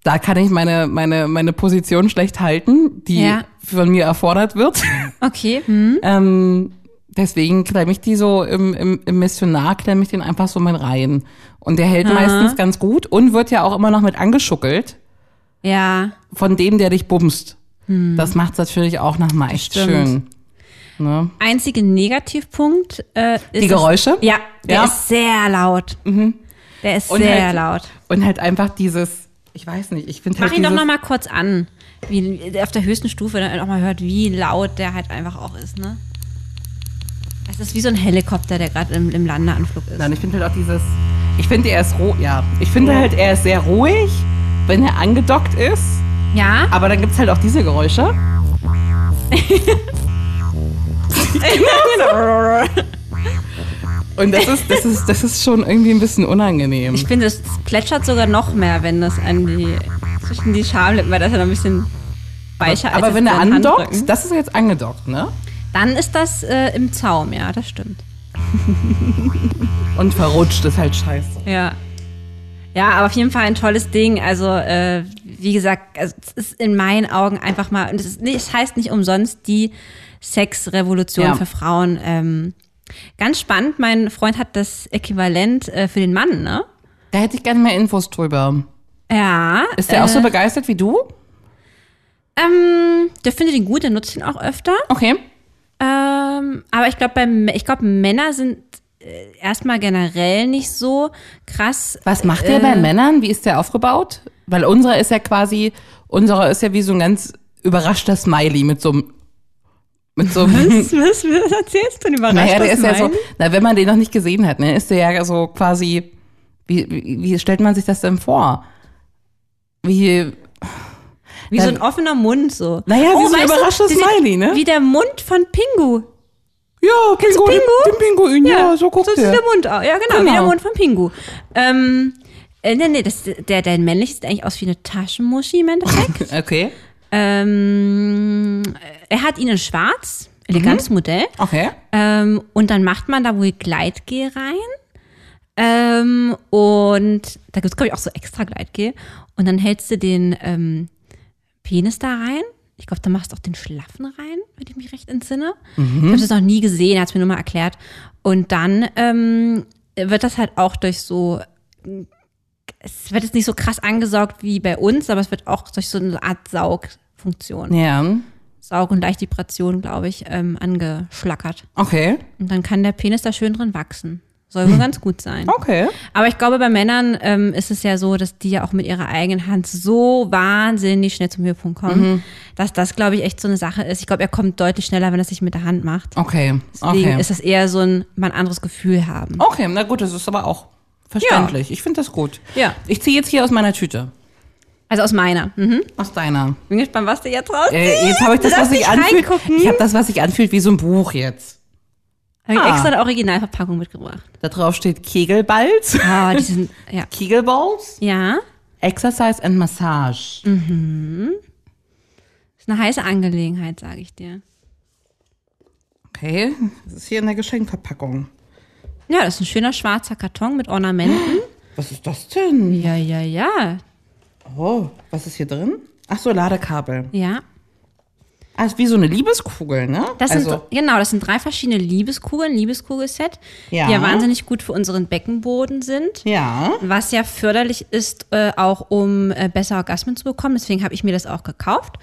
[SPEAKER 2] da kann ich meine, meine, meine Position schlecht halten, die
[SPEAKER 1] Ja.
[SPEAKER 2] von mir erfordert wird.
[SPEAKER 1] okay. Hm.
[SPEAKER 2] Ähm, deswegen klemme ich die so im, im, im Missionar, klemme ich den einfach so mit rein. Und der hält meistens ganz gut und wird ja auch immer noch mit angeschuckelt
[SPEAKER 1] Ja.
[SPEAKER 2] von dem, der dich bumst. Das macht's natürlich auch nochmal echt schön.
[SPEAKER 1] Hm. Stimmt.
[SPEAKER 2] Ne?
[SPEAKER 1] einzige Negativpunkt äh, ist.
[SPEAKER 2] Die Geräusche?
[SPEAKER 1] Das, ja, der
[SPEAKER 2] Ja. Mhm.
[SPEAKER 1] ist sehr laut. Der ist
[SPEAKER 2] Und
[SPEAKER 1] sehr
[SPEAKER 2] halt-
[SPEAKER 1] laut.
[SPEAKER 2] Und halt einfach dieses, ich weiß nicht, ich finde
[SPEAKER 1] Mach
[SPEAKER 2] halt
[SPEAKER 1] ihn doch
[SPEAKER 2] dieses-
[SPEAKER 1] nochmal kurz an. Wie, der auf der höchsten Stufe dann auch mal hört, wie laut der halt einfach auch ist, ne? Es ist wie so ein Helikopter, der gerade im, im Landeanflug ist.
[SPEAKER 2] Nein, ich finde halt auch dieses, ich finde er ist roh, ja. Ich finde halt, er ist sehr ruhig, wenn er angedockt ist.
[SPEAKER 1] Ja?
[SPEAKER 2] Aber dann gibt's halt auch diese Geräusche. Und das ist, das, ist, das ist schon irgendwie ein bisschen unangenehm.
[SPEAKER 1] Ich finde, es plätschert sogar noch mehr, wenn das an die, zwischen die Schamlippen, weil das ja noch ein bisschen weicher als
[SPEAKER 2] Aber
[SPEAKER 1] jetzt
[SPEAKER 2] wenn
[SPEAKER 1] so
[SPEAKER 2] er
[SPEAKER 1] ein
[SPEAKER 2] andockt,
[SPEAKER 1] Handrücken.
[SPEAKER 2] das ist jetzt angedockt, ne?
[SPEAKER 1] dann ist das äh, im Zaum, ja, das stimmt.
[SPEAKER 2] Und verrutscht ist halt scheiße.
[SPEAKER 1] Ja. Ja, aber auf jeden Fall ein tolles Ding. Also, äh, wie gesagt, also, es ist in meinen Augen einfach mal, und es, ist, nicht- es heißt nicht umsonst die Sexrevolution
[SPEAKER 2] Ja.
[SPEAKER 1] für Frauen. Ähm, ganz spannend, mein Freund hat das Äquivalent äh, für den Mann, ne?
[SPEAKER 2] Da hätte ich gerne mehr Infos drüber.
[SPEAKER 1] Ja. äh,
[SPEAKER 2] Ist der auch so begeistert wie du?
[SPEAKER 1] Ähm, der findet ihn gut, der nutzt ihn auch öfter.
[SPEAKER 2] Okay.
[SPEAKER 1] Ähm, aber ich glaube, bei M- ich glaube, Männer sind äh, erstmal generell nicht so krass.
[SPEAKER 2] Was macht der bei Männern? Wie ist der aufgebaut? Weil unserer ist ja quasi, unserer ist ja wie so ein ganz überraschter Smiley mit so einem, mit so einem,
[SPEAKER 1] Was, was, was erzählst du denn überrascht?
[SPEAKER 2] naja, der
[SPEAKER 1] was
[SPEAKER 2] ist ja so,
[SPEAKER 1] meinen?
[SPEAKER 2] na, wenn man den noch nicht gesehen hat, ne, ist der ja so quasi, wie, wie, wie stellt man sich das denn vor? Wie,
[SPEAKER 1] Wie so ein offener Mund so. Oh,
[SPEAKER 2] Naja, wie so ein
[SPEAKER 1] weißt du,
[SPEAKER 2] überraschtes
[SPEAKER 1] wie-
[SPEAKER 2] Smiley, ne?
[SPEAKER 1] Wie der Mund von Pingu.
[SPEAKER 2] ja, Pingu, den,
[SPEAKER 1] Pingu?
[SPEAKER 2] den Pinguin, ja, so guckt
[SPEAKER 1] so
[SPEAKER 2] der.
[SPEAKER 1] sieht der Mund aus. Ja, genau,
[SPEAKER 2] Genau.
[SPEAKER 1] wie der Mund von Pingu. Ähm, äh, nee, nee, das, der, der männlich sieht eigentlich aus wie eine Taschenmuschi im Endeffekt.
[SPEAKER 2] Okay,
[SPEAKER 1] ähm, er hat ihn in schwarz,
[SPEAKER 2] Mhm.
[SPEAKER 1] elegantes Modell.
[SPEAKER 2] okay.
[SPEAKER 1] Ähm, und dann macht man da wohl Gleitgel rein. Ähm, und da gibt's glaube ich, auch so extra Gleitgel. Und dann hältst du den ähm, Penis da rein. Ich glaube, da machst du auch den Schlaffen rein, wenn ich mich recht entsinne. Ich habe das noch nie gesehen, er hat's mir nur mal erklärt. Und dann ähm, wird das halt auch durch so es wird jetzt nicht so krass angesaugt wie bei uns, aber es wird auch durch so eine Art Saugfunktion,
[SPEAKER 2] Ja,
[SPEAKER 1] Saug- und Leichtvibration, glaube ich, ähm, angeschlackert.
[SPEAKER 2] okay,
[SPEAKER 1] Und dann kann der Penis da schön drin wachsen. Soll wohl ganz gut sein.
[SPEAKER 2] okay.
[SPEAKER 1] Aber ich glaube, bei Männern ähm, ist es ja so, dass die ja auch mit ihrer eigenen Hand so wahnsinnig schnell zum Höhepunkt kommen, dass das, glaube ich, echt so eine Sache ist. Ich glaube, er kommt deutlich schneller, wenn er es sich mit der Hand macht.
[SPEAKER 2] Okay,
[SPEAKER 1] Deswegen
[SPEAKER 2] okay.
[SPEAKER 1] ist das eher so ein, mal ein anderes Gefühl haben.
[SPEAKER 2] Okay, na gut, das ist aber auch verständlich. Ich finde das gut.
[SPEAKER 1] Ja.
[SPEAKER 2] Ich ziehe jetzt hier aus meiner Tüte.
[SPEAKER 1] Also aus meiner. Mhm.
[SPEAKER 2] Aus deiner.
[SPEAKER 1] Bin gespannt, was du jetzt raus.
[SPEAKER 2] Äh, jetzt habe ich das,
[SPEAKER 1] Lass
[SPEAKER 2] was sich
[SPEAKER 1] mich
[SPEAKER 2] anfühlt.
[SPEAKER 1] reingucken.
[SPEAKER 2] Ich habe das, was sich anfühlt, wie so ein Buch jetzt.
[SPEAKER 1] Habe ich
[SPEAKER 2] Ah.
[SPEAKER 1] extra eine Originalverpackung mitgebracht.
[SPEAKER 2] Da drauf steht Kegelballs.
[SPEAKER 1] Ah, die sind, ja.
[SPEAKER 2] Kegelballs.
[SPEAKER 1] Ja,
[SPEAKER 2] Exercise and Massage.
[SPEAKER 1] Mhm. ist eine heiße Angelegenheit, sage ich dir.
[SPEAKER 2] Okay, das ist hier in der Geschenkverpackung.
[SPEAKER 1] Ja, das ist ein schöner schwarzer Karton mit Ornamenten.
[SPEAKER 2] Was ist das denn?
[SPEAKER 1] Ja, ja, ja.
[SPEAKER 2] Oh, was ist hier drin? Ach so, Ladekabel.
[SPEAKER 1] Ja,
[SPEAKER 2] Ah, ist wie so eine Liebeskugel, ne?
[SPEAKER 1] Das sind,
[SPEAKER 2] also,
[SPEAKER 1] genau, das sind drei verschiedene Liebeskugeln, Liebeskugelset,
[SPEAKER 2] Ja.
[SPEAKER 1] die ja wahnsinnig gut für unseren Beckenboden sind.
[SPEAKER 2] ja.
[SPEAKER 1] Was ja förderlich ist, äh, auch um äh, bessere Orgasmen zu bekommen. Deswegen habe ich mir das auch gekauft.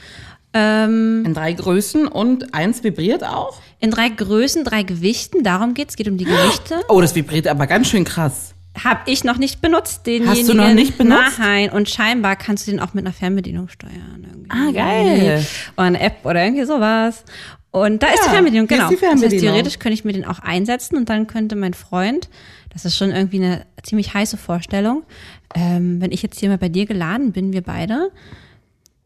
[SPEAKER 1] Ähm,
[SPEAKER 2] In drei Größen und eins vibriert auch.
[SPEAKER 1] in drei Größen, drei Gewichten, darum geht's, geht um die Gewichte.
[SPEAKER 2] Oh, das vibriert aber ganz schön krass.
[SPEAKER 1] Habe ich noch nicht benutzt, denjenigen.
[SPEAKER 2] Hast du noch nicht benutzt?
[SPEAKER 1] Nein, und scheinbar kannst du den auch mit einer Fernbedienung steuern. Irgendwie.
[SPEAKER 2] Ah, geil.
[SPEAKER 1] Oder eine App oder irgendwie sowas. Und da ist die
[SPEAKER 2] Ja,
[SPEAKER 1] Fernbedienung,
[SPEAKER 2] hier ist
[SPEAKER 1] genau.
[SPEAKER 2] die
[SPEAKER 1] Das heißt,
[SPEAKER 2] Fernbedienung.
[SPEAKER 1] theoretisch könnte ich mir den auch einsetzen und dann könnte mein Freund, das ist schon irgendwie eine ziemlich heiße Vorstellung, ähm, wenn ich jetzt hier mal bei dir geladen bin, wir beide,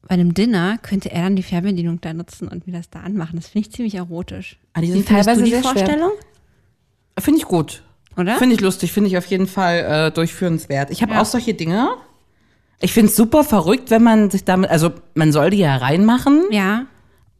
[SPEAKER 1] bei einem Dinner, könnte er dann die Fernbedienung da nutzen und mir das da anmachen. Das finde ich ziemlich erotisch.
[SPEAKER 2] Ah, die sind
[SPEAKER 1] Wie findest
[SPEAKER 2] teilweise
[SPEAKER 1] du die
[SPEAKER 2] sehr schwer.
[SPEAKER 1] Vorstellung?
[SPEAKER 2] Finde ich gut.
[SPEAKER 1] Oder?
[SPEAKER 2] Finde ich lustig, finde ich auf jeden Fall äh, durchführenswert. Ich habe auch solche Dinge. Ich finde es super verrückt, wenn man sich damit, also man soll die ja reinmachen
[SPEAKER 1] Ja.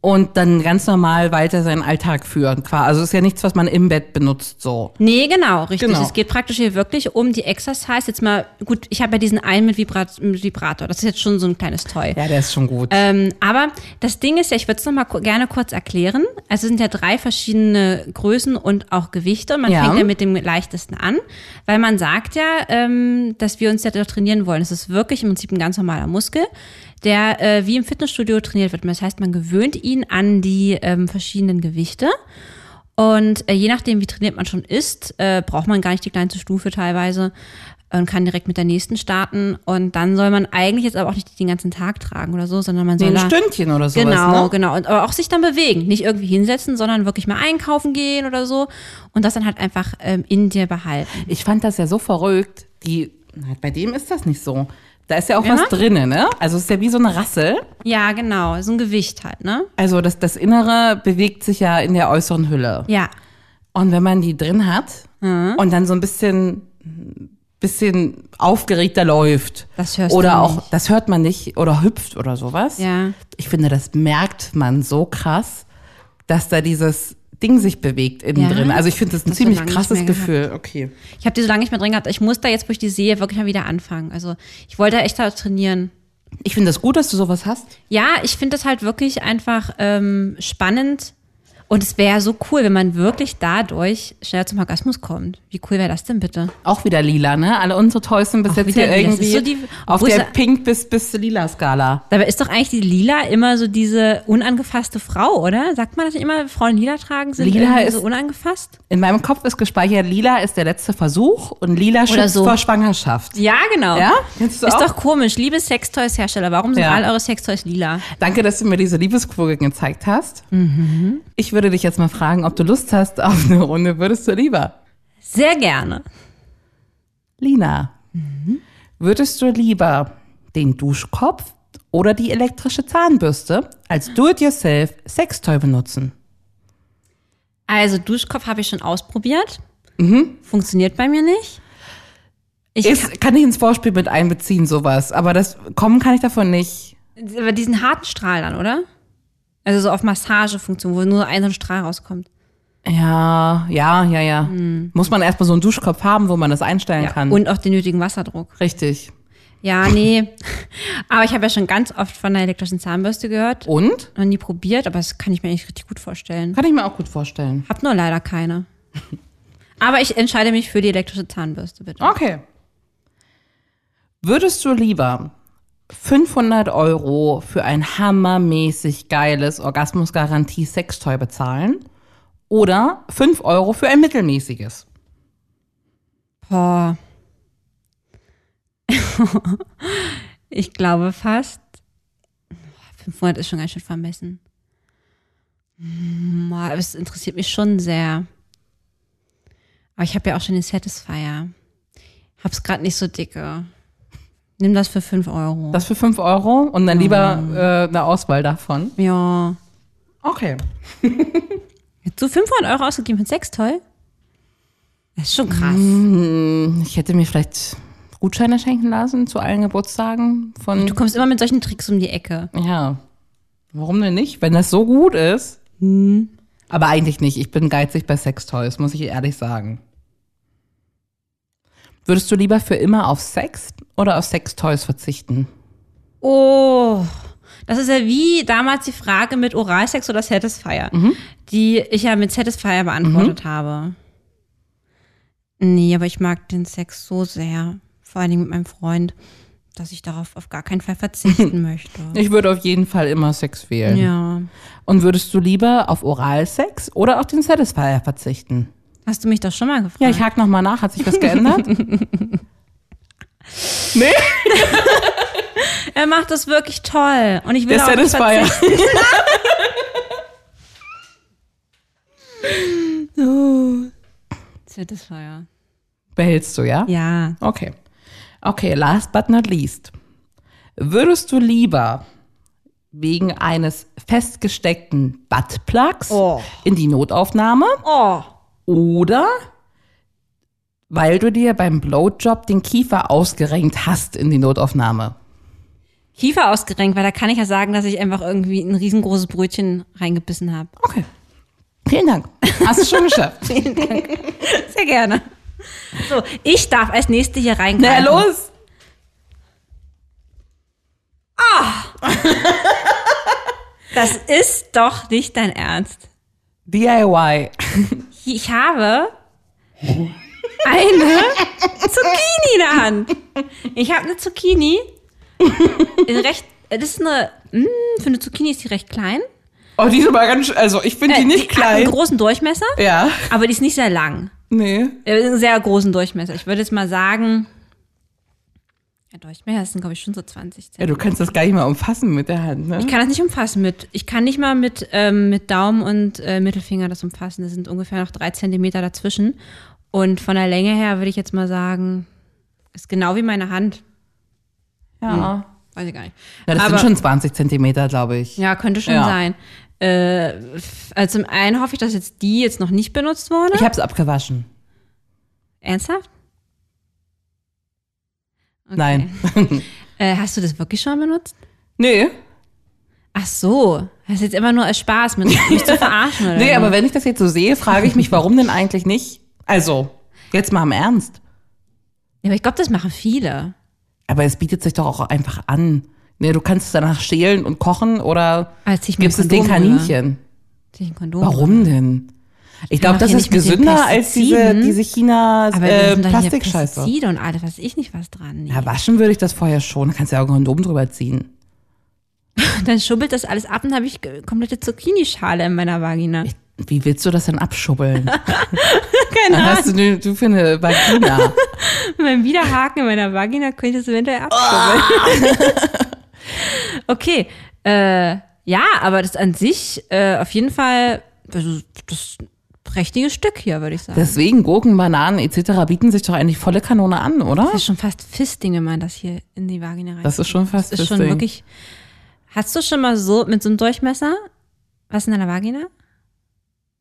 [SPEAKER 2] und dann ganz normal weiter seinen Alltag führen. qua- Also ist ja nichts, was man im Bett benutzt so.
[SPEAKER 1] Nee, genau, richtig.
[SPEAKER 2] Genau.
[SPEAKER 1] Es geht praktisch hier wirklich um die Exercise. Jetzt mal, gut, ich habe ja diesen einen mit, Vibrat mit Vibrator. Das ist jetzt schon so ein kleines Toy.
[SPEAKER 2] Ja, der ist schon gut.
[SPEAKER 1] Ähm, aber das Ding ist ja, ich würde es nochmal gerne kurz erklären. Also es sind ja drei verschiedene Größen und auch Gewichte. Und man
[SPEAKER 2] Ja.
[SPEAKER 1] fängt ja mit dem leichtesten an, weil man sagt ja, ähm, dass wir uns ja da trainieren wollen. Es ist wirklich im Prinzip ein ganz normaler Muskel, der äh, wie im Fitnessstudio trainiert wird. Das heißt, man gewöhnt ihn an die ähm, verschiedenen Gewichte. Und äh, je nachdem, wie trainiert man schon ist, äh, braucht man gar nicht die kleinste Stufe teilweise und kann direkt mit der nächsten starten. Und dann soll man eigentlich jetzt aber auch nicht den ganzen Tag tragen oder so, sondern man
[SPEAKER 2] nee,
[SPEAKER 1] soll
[SPEAKER 2] ein
[SPEAKER 1] da,
[SPEAKER 2] Stündchen oder sowas.
[SPEAKER 1] genau,
[SPEAKER 2] Ne?
[SPEAKER 1] genau. Und aber auch sich dann bewegen, nicht irgendwie hinsetzen, sondern wirklich mal einkaufen gehen oder so und das dann halt einfach ähm, in dir behalten.
[SPEAKER 2] Ich fand das ja so verrückt. Die, na, bei dem ist das nicht so. Da ist ja auch
[SPEAKER 1] Ja?
[SPEAKER 2] was drinne, ne? Also ist ja wie so eine Rassel.
[SPEAKER 1] Ja, genau, so ein Gewicht halt, ne?
[SPEAKER 2] Also das, das Innere bewegt sich ja in der äußeren Hülle.
[SPEAKER 1] Ja,
[SPEAKER 2] Und wenn man die drin hat
[SPEAKER 1] Mhm.
[SPEAKER 2] und dann so ein bisschen, bisschen aufgeregter läuft.
[SPEAKER 1] Das hörst
[SPEAKER 2] Oder
[SPEAKER 1] du
[SPEAKER 2] auch,
[SPEAKER 1] nicht.
[SPEAKER 2] das hört man nicht oder hüpft oder sowas.
[SPEAKER 1] Ja.
[SPEAKER 2] Ich finde, das merkt man so krass, dass da dieses Ding sich bewegt innen
[SPEAKER 1] Ja?
[SPEAKER 2] drin. Also ich finde das ist ein
[SPEAKER 1] Das
[SPEAKER 2] ziemlich
[SPEAKER 1] hab ich lange nicht
[SPEAKER 2] krasses
[SPEAKER 1] mehr gehabt.
[SPEAKER 2] Gefühl. Okay.
[SPEAKER 1] ich habe die so lange nicht mehr drin gehabt. Ich muss da jetzt, wo ich die sehe, wirklich mal wieder anfangen. Also ich wollte echt da trainieren.
[SPEAKER 2] Ich finde das gut, dass du sowas hast.
[SPEAKER 1] Ja, ich finde das halt wirklich einfach ähm, spannend. Und es wäre so cool, wenn man wirklich dadurch schneller zum Orgasmus kommt. Wie cool wäre das denn bitte?
[SPEAKER 2] Auch wieder lila, ne? Alle unsere Toys sind bis
[SPEAKER 1] Auch
[SPEAKER 2] jetzt
[SPEAKER 1] wieder
[SPEAKER 2] hier
[SPEAKER 1] lila. Das
[SPEAKER 2] irgendwie
[SPEAKER 1] ist so die-
[SPEAKER 2] auf
[SPEAKER 1] obwohl
[SPEAKER 2] der
[SPEAKER 1] sie-
[SPEAKER 2] Pink- bis, bis Lila-Skala.
[SPEAKER 1] Dabei ist doch eigentlich die Lila immer so diese unangefasste Frau, oder? Sagt man das nicht immer? Frauen Lila tragen sind
[SPEAKER 2] Lila
[SPEAKER 1] irgendwie
[SPEAKER 2] ist-
[SPEAKER 1] so unangefasst?
[SPEAKER 2] In meinem Kopf ist gespeichert, Lila ist der letzte Versuch und Lila schützt
[SPEAKER 1] so.
[SPEAKER 2] vor Schwangerschaft.
[SPEAKER 1] Ja, genau.
[SPEAKER 2] Ja?
[SPEAKER 1] Ist
[SPEAKER 2] Kennst du auch?
[SPEAKER 1] doch komisch. Liebe Sextoys-Hersteller, warum sind
[SPEAKER 2] Ja.
[SPEAKER 1] all eure Sextoys lila?
[SPEAKER 2] Danke, dass du mir diese Liebeskurve gezeigt hast.
[SPEAKER 1] Mhm.
[SPEAKER 2] Ich würde dich jetzt mal fragen, ob du Lust hast auf eine Runde. Würdest du lieber?
[SPEAKER 1] Sehr gerne.
[SPEAKER 2] Lina,
[SPEAKER 1] Mhm.
[SPEAKER 2] würdest du lieber den Duschkopf oder die elektrische Zahnbürste als Do-it-yourself Sextoy benutzen?
[SPEAKER 1] Also Duschkopf habe ich schon ausprobiert. Funktioniert bei mir nicht. Ich kann,
[SPEAKER 2] Mhm. Ist, kann ich ins Vorspiel mit einbeziehen, sowas. Aber das kommen kann ich davon nicht.
[SPEAKER 1] aber diesen harten Strahl dann, oder? Also so auf Massagefunktion, wo nur ein so ein Strahl rauskommt.
[SPEAKER 2] Ja, ja, ja, ja. Muss man erstmal so einen Duschkopf haben, wo man das einstellen
[SPEAKER 1] Mhm. Ja.
[SPEAKER 2] kann.
[SPEAKER 1] Und auch den nötigen Wasserdruck.
[SPEAKER 2] Richtig.
[SPEAKER 1] Ja, nee. aber ich habe ja schon ganz oft von der elektrischen Zahnbürste gehört.
[SPEAKER 2] Und?
[SPEAKER 1] Noch nie probiert, aber das kann ich mir eigentlich richtig gut vorstellen.
[SPEAKER 2] Kann ich mir auch gut vorstellen.
[SPEAKER 1] Hab nur leider keine. Aber ich entscheide mich für die elektrische Zahnbürste, bitte.
[SPEAKER 2] Okay. Würdest du lieber 500 Euro für ein hammermäßig geiles Orgasmusgarantie-Sextoy bezahlen oder 5 Euro für ein mittelmäßiges?
[SPEAKER 1] Boah. ich glaube fast. 500 ist schon ganz schön vermessen. Hm, Aber es interessiert mich schon sehr. Aber ich habe ja auch schon den Satisfier. Hab's gerade nicht so dicke. Nimm das für 5 Euro.
[SPEAKER 2] Das für 5 Euro und dann lieber äh, eine Auswahl davon.
[SPEAKER 1] ja.
[SPEAKER 2] Okay.
[SPEAKER 1] Hättest du 500 Euro ausgegeben für ein Sextoy? Das ist schon krass.
[SPEAKER 2] Hm, Ich hätte mir vielleicht Gutscheine schenken lassen zu allen Geburtstagen von.
[SPEAKER 1] Du kommst immer mit solchen Tricks um die Ecke.
[SPEAKER 2] Ja. Warum denn nicht? Wenn das so gut ist.
[SPEAKER 1] Hm.
[SPEAKER 2] Aber eigentlich nicht. Ich bin geizig bei Sextoys, muss ich ehrlich sagen. Würdest du lieber für immer auf Sex oder auf Sextoys verzichten?
[SPEAKER 1] Oh, das ist ja wie damals die Frage mit Oralsex oder Satisfier,
[SPEAKER 2] Mhm.
[SPEAKER 1] die ich ja mit Satisfier beantwortet habe. Nee, aber ich mag den Sex so sehr, vor allen Dingen mit meinem Freund, dass ich darauf auf gar keinen Fall verzichten möchte.
[SPEAKER 2] Ich würde auf jeden Fall immer Sex wählen.
[SPEAKER 1] Ja.
[SPEAKER 2] Und würdest du lieber auf Oralsex oder auf den Satisfier verzichten?
[SPEAKER 1] Hast du mich doch schon mal gefragt?
[SPEAKER 2] Ja, ich hake nochmal nach. Hat sich was geändert?
[SPEAKER 1] Genau,
[SPEAKER 2] nee,
[SPEAKER 1] er macht das wirklich toll und ich will
[SPEAKER 2] der
[SPEAKER 1] auch nicht
[SPEAKER 2] Satisfier.
[SPEAKER 1] verzichten. Satisfier.
[SPEAKER 2] Behältst du, ja?
[SPEAKER 1] Ja,
[SPEAKER 2] Okay. Okay, last but not least. Würdest du lieber wegen eines festgesteckten Buttplugs
[SPEAKER 1] Oh.
[SPEAKER 2] in die Notaufnahme
[SPEAKER 1] Oh,
[SPEAKER 2] oder weil du dir beim Blowjob den Kiefer ausgerenkt hast in die Notaufnahme?
[SPEAKER 1] Kiefer ausgerenkt, weil da kann ich ja sagen, dass ich einfach irgendwie ein riesengroßes Brötchen reingebissen habe.
[SPEAKER 2] Okay. Vielen Dank. Hast du schon geschafft.
[SPEAKER 1] Sehr gerne. So, ich darf als nächste hier
[SPEAKER 2] Na
[SPEAKER 1] reingreifen.
[SPEAKER 2] los.
[SPEAKER 1] Das ist doch nicht dein Ernst.
[SPEAKER 2] DIY.
[SPEAKER 1] Ich habe eine Zucchini in der Hand. Ich habe eine Zucchini. In recht, das ist eine, mh, für eine Zucchini ist die recht klein. Äh,
[SPEAKER 2] Oh, die ist aber ganz, sch- also ich finde die nicht
[SPEAKER 1] Hat einen
[SPEAKER 2] klein.
[SPEAKER 1] großen Durchmesser,
[SPEAKER 2] Ja.
[SPEAKER 1] aber die ist nicht sehr lang.
[SPEAKER 2] Nee.
[SPEAKER 1] Äh, einen sehr großen Durchmesser. Ich würde jetzt mal sagen, der Durchmesser sind, glaube ich, schon so 20
[SPEAKER 2] Ja,
[SPEAKER 1] Zentimeter.
[SPEAKER 2] du kannst das gar nicht mal umfassen mit der Hand, ne?
[SPEAKER 1] Ich kann das nicht umfassen mit, ich kann nicht mal mit, ähm, mit Daumen und äh, Mittelfinger das umfassen. Das sind ungefähr noch drei Zentimeter dazwischen. Und von der Länge her würde ich jetzt mal sagen, ist genau wie meine Hand.
[SPEAKER 2] Ja.
[SPEAKER 1] Weiß ich gar nicht.
[SPEAKER 2] Ja, das
[SPEAKER 1] Aber-
[SPEAKER 2] sind schon 20 Zentimeter, glaube ich.
[SPEAKER 1] Ja, könnte schon
[SPEAKER 2] Ja.
[SPEAKER 1] sein. Äh, f- also zum einen hoffe ich, dass jetzt die jetzt noch nicht benutzt wurde.
[SPEAKER 2] Ich habe es abgewaschen.
[SPEAKER 1] Ernsthaft?
[SPEAKER 2] Nein.
[SPEAKER 1] Äh, hast du das wirklich schon mal benutzt?
[SPEAKER 2] Nee.
[SPEAKER 1] Ach so, das ist jetzt immer nur als Spaß, mit mich zu verarschen oder
[SPEAKER 2] Nee,
[SPEAKER 1] so.
[SPEAKER 2] aber wenn ich das jetzt so sehe, frage ich mich, warum denn eigentlich nicht? Also, jetzt mal im Ernst.
[SPEAKER 1] Ja, aber ich glaube, das machen viele.
[SPEAKER 2] Aber es bietet sich doch auch einfach an. Nee, du kannst es danach schälen und kochen oder
[SPEAKER 1] Als ich mir
[SPEAKER 2] gibst es
[SPEAKER 1] Kondom
[SPEAKER 2] den Kaninchen.
[SPEAKER 1] Sich ein Kondom.
[SPEAKER 2] Warum denn? Ich glaube,
[SPEAKER 1] doch
[SPEAKER 2] das
[SPEAKER 1] hier
[SPEAKER 2] ist
[SPEAKER 1] nicht mit den
[SPEAKER 2] gesünder als diese,
[SPEAKER 1] Pestiziden.
[SPEAKER 2] diese China
[SPEAKER 1] Aber
[SPEAKER 2] äh,
[SPEAKER 1] wir sind doch hier
[SPEAKER 2] Plastikscheiße.
[SPEAKER 1] Pestizide und alles, was ich nicht was dran. Nee.
[SPEAKER 2] Ja, waschen würde ich das vorher schon. Da kannst du ja auch ein Kondom drüber ziehen.
[SPEAKER 1] Und dann schubbelt das alles ab und habe ich ge- komplette Zucchini-Schale in meiner Vagina.
[SPEAKER 2] Wie willst du das denn abschubbeln?
[SPEAKER 1] Keine
[SPEAKER 2] Was
[SPEAKER 1] Ahnung.
[SPEAKER 2] hast du, denn- du für eine Vagina?
[SPEAKER 1] Beim Widerhaken in meiner Vagina könnte es eventuell abschubbeln.
[SPEAKER 2] Ah!
[SPEAKER 1] okay. Äh, ja, aber das an sich äh, auf jeden Fall also, das ist ein prächtiges Stück hier, würde ich sagen. Das
[SPEAKER 2] Deswegen Gurken, Bananen etc. bieten sich doch eigentlich volle Kanone an, oder?
[SPEAKER 1] ist schon fast Fisting, wenn man das hier in die Vagina rein.
[SPEAKER 2] Das ist schon fast
[SPEAKER 1] Das ist schon
[SPEAKER 2] Fisting.
[SPEAKER 1] wirklich. Hast du schon mal so mit so einem Durchmesser was in deiner Vagina?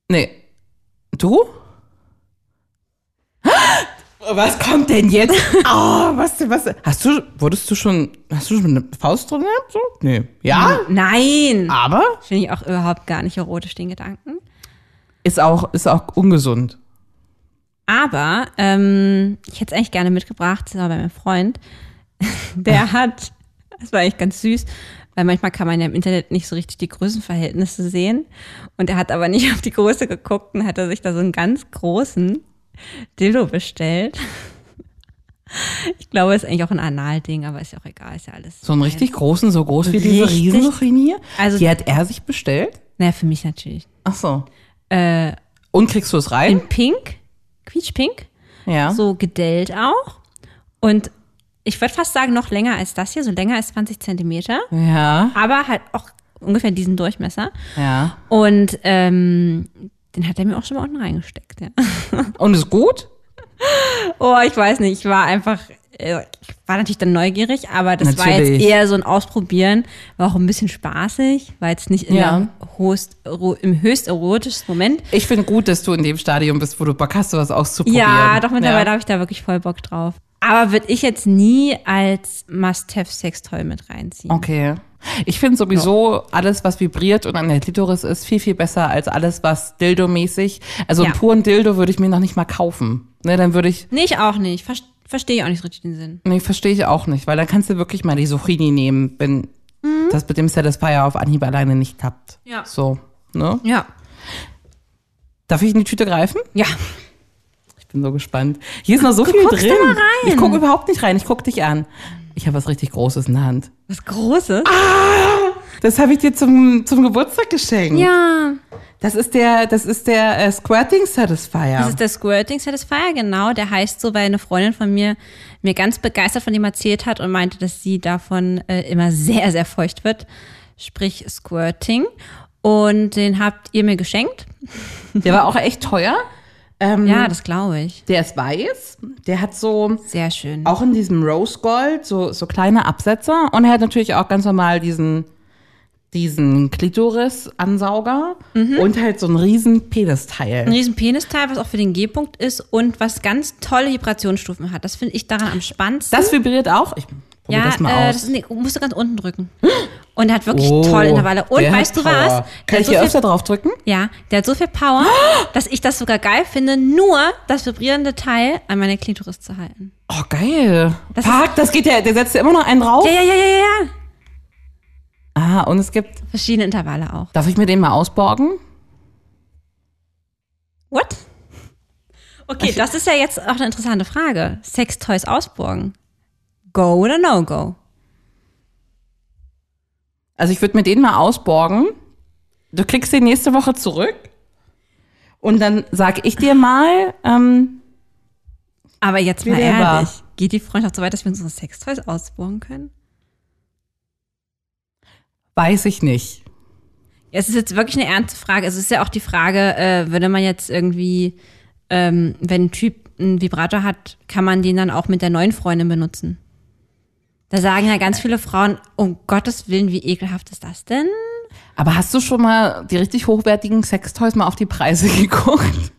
[SPEAKER 2] Nee. Du? Was kommt denn jetzt? Oh, was, was? Hast du, wurdest du schon, hast du schon eine Faust drin gehabt? So? Nee. Ja?
[SPEAKER 1] Nein!
[SPEAKER 2] Aber
[SPEAKER 1] Finde ich auch überhaupt gar nicht erotisch, den Gedanken.
[SPEAKER 2] ist auch, ist auch ungesund.
[SPEAKER 1] Aber ähm, ich hätte es eigentlich gerne mitgebracht, das war bei meinem Freund. Der hat, das war eigentlich ganz süß, weil manchmal kann man ja im Internet nicht so richtig die Größenverhältnisse sehen. Und er hat aber nicht auf die Größe geguckt und hat er sich da so einen ganz großen Dildo bestellt. Ich glaube, ist eigentlich auch ein Analding, aber ist ja auch egal, ist ja alles.
[SPEAKER 2] So einen richtig großen, so groß wie diese
[SPEAKER 1] Richtig.
[SPEAKER 2] Riesenmaschine hier.
[SPEAKER 1] Also-
[SPEAKER 2] die hat er sich bestellt.
[SPEAKER 1] Naja, für mich natürlich.
[SPEAKER 2] Ach so.
[SPEAKER 1] Äh.
[SPEAKER 2] Und kriegst du es rein?
[SPEAKER 1] In Pink, quietschpink,
[SPEAKER 2] Ja.
[SPEAKER 1] so gedellt auch. Und ich würde fast sagen, noch länger als das hier, so länger als 20 Zentimeter.
[SPEAKER 2] Ja.
[SPEAKER 1] aber halt auch ungefähr diesen Durchmesser.
[SPEAKER 2] Ja.
[SPEAKER 1] Und ähm, den hat er mir auch schon mal unten reingesteckt. Ja.
[SPEAKER 2] Und ist gut?
[SPEAKER 1] Oh, ich weiß nicht, ich war einfach, äh, ich war natürlich dann neugierig, aber das war jetzt
[SPEAKER 2] Natürlich.
[SPEAKER 1] eher so ein Ausprobieren, war auch ein bisschen spaßig, war jetzt nicht in
[SPEAKER 2] Ja.
[SPEAKER 1] der Host, ro- im höchst erotischsten Moment.
[SPEAKER 2] Ich finde gut, dass du in dem Stadium bist, wo du Bock hast, sowas auszuprobieren.
[SPEAKER 1] Ja, doch mittlerweile
[SPEAKER 2] Ja.
[SPEAKER 1] habe ich da wirklich voll Bock drauf. Aber würde ich jetzt nie als Must-Have-Sextoy mit reinziehen.
[SPEAKER 2] Okay. Ich finde sowieso alles, was vibriert und an der Klitoris ist, viel, viel besser als alles, was Dildo-mäßig. Also
[SPEAKER 1] Ja.
[SPEAKER 2] einen puren Dildo würde ich mir noch nicht mal kaufen. Ne, dann würde ich,
[SPEAKER 1] Nee, ich auch nicht. Ver Verstehe ich auch nicht so richtig den Sinn.
[SPEAKER 2] nee, verstehe ich auch nicht, weil dann kannst du wirklich mal die Suchini nehmen, wenn das mit dem Satisfier auf Anhieb alleine nicht klappt.
[SPEAKER 1] Mhm. Ja.
[SPEAKER 2] So, ne?
[SPEAKER 1] Ja.
[SPEAKER 2] Darf ich in die Tüte greifen?
[SPEAKER 1] Ja.
[SPEAKER 2] Ich bin so gespannt. Hier ist noch so viel
[SPEAKER 1] guckst
[SPEAKER 2] drin.
[SPEAKER 1] immer rein.
[SPEAKER 2] Ich gucke überhaupt nicht rein, ich gucke dich an. Ich habe was richtig Großes in der Hand.
[SPEAKER 1] Was Großes.
[SPEAKER 2] Das habe ich dir zum, zum Geburtstag geschenkt.
[SPEAKER 1] Ja.
[SPEAKER 2] Das ist der, das ist der äh, Squirting Satisfier.
[SPEAKER 1] Das ist der Squirting Satisfier, genau. Der heißt so, weil eine Freundin von mir mir ganz begeistert von dem erzählt hat und meinte, dass sie davon äh, immer sehr, sehr feucht wird. Sprich Squirting. Und den habt ihr mir geschenkt?
[SPEAKER 2] der war auch echt teuer. Ähm,
[SPEAKER 1] Ja, das glaube ich.
[SPEAKER 2] Der ist weiß. Der hat so
[SPEAKER 1] Sehr schön.
[SPEAKER 2] auch in diesem Rose Gold so, so kleine Absätze und er hat natürlich auch ganz normal diesen diesen Klitoris-Ansauger
[SPEAKER 1] Mhm.
[SPEAKER 2] und halt so einen riesen Penisteil.
[SPEAKER 1] Ein riesen Penisteil, was auch für den G-Punkt ist und was ganz tolle Vibrationsstufen hat. Das finde ich daran am spannendsten.
[SPEAKER 2] Das vibriert auch. Ich probier
[SPEAKER 1] ja,
[SPEAKER 2] das mal
[SPEAKER 1] äh,
[SPEAKER 2] aus.
[SPEAKER 1] das ist, nee, musst du ganz unten drücken. Und hat wirklich
[SPEAKER 2] Oh,
[SPEAKER 1] tolle Intervalle. Und
[SPEAKER 2] der hat
[SPEAKER 1] weißt du
[SPEAKER 2] Power.
[SPEAKER 1] was? Der
[SPEAKER 2] Kann
[SPEAKER 1] hat
[SPEAKER 2] ich
[SPEAKER 1] so
[SPEAKER 2] hier
[SPEAKER 1] viel
[SPEAKER 2] öfter drauf drücken?
[SPEAKER 1] Ja, der hat so viel Power, dass ich das sogar geil finde, nur das vibrierende Teil an meine Klitoris zu halten.
[SPEAKER 2] Oh, geil.
[SPEAKER 1] Das
[SPEAKER 2] Park, das geht ja, der setzt ja immer noch einen drauf.
[SPEAKER 1] Ja, ja, ja, ja, ja, ja.
[SPEAKER 2] Ah, und es gibt,
[SPEAKER 1] Verschiedene Intervalle auch.
[SPEAKER 2] darf ich mir den mal ausborgen?
[SPEAKER 1] What? Okay, das ist ja jetzt auch eine interessante Frage. Sextoys ausborgen. Go oder no go?
[SPEAKER 2] Also ich würde mir den mal ausborgen. Du kriegst den nächste Woche zurück. Und dann sag ich dir mal, ähm,
[SPEAKER 1] Aber jetzt mal
[SPEAKER 2] Whatever.
[SPEAKER 1] ehrlich, geht die Freundschaft so weit, dass wir unsere Sextoys ausborgen können?
[SPEAKER 2] weiß ich nicht.
[SPEAKER 1] Ja, Es ist jetzt wirklich eine ernste Frage. Also Es ist ja auch die Frage, äh, würde man jetzt irgendwie, ähm, wenn ein Typ einen Vibrator hat, kann man den dann auch mit der neuen Freundin benutzen? Da sagen ja ganz viele Frauen, um Gottes Willen, wie ekelhaft ist das denn?
[SPEAKER 2] Aber hast du schon mal die richtig hochwertigen Sextoys mal auf die Preise geguckt?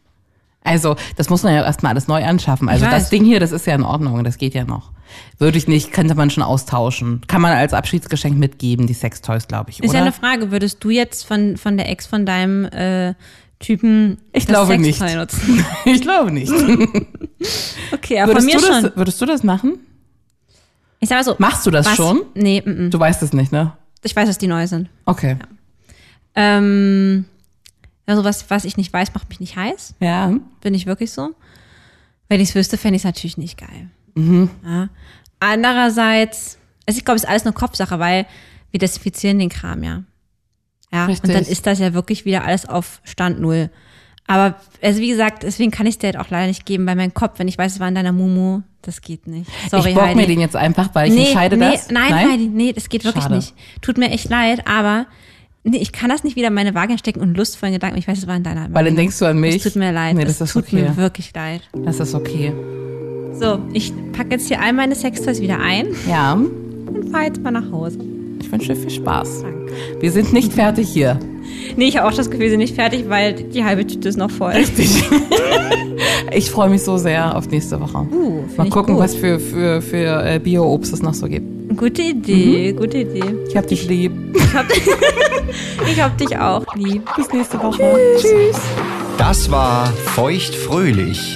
[SPEAKER 2] Also, das muss man ja erstmal alles neu anschaffen. Also
[SPEAKER 1] Ich weiß.
[SPEAKER 2] das Ding hier, das ist ja in Ordnung, das geht ja noch. Würde ich nicht, könnte man schon austauschen. Kann man als Abschiedsgeschenk mitgeben, die Sextoys, glaube ich,
[SPEAKER 1] Ist ja
[SPEAKER 2] oder?
[SPEAKER 1] eine Frage, würdest du jetzt von, von der Ex von deinem äh, Typen
[SPEAKER 2] Ich
[SPEAKER 1] das
[SPEAKER 2] glaube
[SPEAKER 1] Sextoy
[SPEAKER 2] nicht.
[SPEAKER 1] nutzen?
[SPEAKER 2] ich glaube nicht.
[SPEAKER 1] Okay, aber von
[SPEAKER 2] Würdest
[SPEAKER 1] mir
[SPEAKER 2] du,
[SPEAKER 1] schon.
[SPEAKER 2] das, würdest du das machen?
[SPEAKER 1] Ich sag mal so,
[SPEAKER 2] Machst du das
[SPEAKER 1] was?
[SPEAKER 2] schon?
[SPEAKER 1] Nee, mm, mm.
[SPEAKER 2] Du weißt es nicht, ne?
[SPEAKER 1] ich weiß, dass die neu sind.
[SPEAKER 2] Okay.
[SPEAKER 1] Ähm, Also was, was ich nicht weiß, macht mich nicht heiß.
[SPEAKER 2] Ja.
[SPEAKER 1] Bin ich wirklich so? Wenn ich es wüsste, fände ich es natürlich nicht geil.
[SPEAKER 2] Mhm.
[SPEAKER 1] Ja. Andererseits, also ich glaube, es ist alles eine Kopfsache, weil wir desinfizieren den Kram ja. Ja,
[SPEAKER 2] Richtig.
[SPEAKER 1] und dann ist das ja wirklich wieder alles auf Stand Null. Aber, also wie gesagt, deswegen kann ich es dir halt auch leider nicht geben, weil mein Kopf, wenn ich weiß, es war in deiner Mumu, das geht nicht. Sorry,
[SPEAKER 2] ich bock
[SPEAKER 1] Heidi.
[SPEAKER 2] mir den jetzt einfach, weil ich entscheide
[SPEAKER 1] nee,
[SPEAKER 2] das.
[SPEAKER 1] Nein, Heidi, nee, das geht wirklich
[SPEAKER 2] Schade.
[SPEAKER 1] nicht. Tut mir echt leid, aber nee, ich kann das nicht wieder in meine Waage stecken und lustvollen Gedanken. Ich weiß, es war in deiner
[SPEAKER 2] Weil dann denkst du an mich.
[SPEAKER 1] es tut mir leid.
[SPEAKER 2] Nee, das
[SPEAKER 1] es
[SPEAKER 2] ist
[SPEAKER 1] tut
[SPEAKER 2] okay.
[SPEAKER 1] mir wirklich leid.
[SPEAKER 2] Das ist okay.
[SPEAKER 1] So, ich packe jetzt hier all meine Sextoys wieder ein
[SPEAKER 2] Ja.
[SPEAKER 1] und fahre jetzt mal nach Hause.
[SPEAKER 2] Ich wünsche dir viel Spaß.
[SPEAKER 1] Danke.
[SPEAKER 2] Wir sind nicht fertig hier.
[SPEAKER 1] Nee, ich habe auch das Gefühl, sie sind nicht fertig, weil die halbe Tüte ist noch voll.
[SPEAKER 2] Richtig. ich freue mich so sehr auf nächste Woche.
[SPEAKER 1] Uh, find
[SPEAKER 2] Mal
[SPEAKER 1] ich
[SPEAKER 2] gucken,
[SPEAKER 1] gut.
[SPEAKER 2] was für, für, für äh, Bio-Obst es noch so gibt.
[SPEAKER 1] Gute Idee,
[SPEAKER 2] Mhm.
[SPEAKER 1] gute Idee.
[SPEAKER 2] Ich hab dich lieb.
[SPEAKER 1] Ich hab, ich hab dich auch lieb.
[SPEAKER 2] Bis nächste Woche. Tschüss.
[SPEAKER 3] Das war Feuchtfröhlich,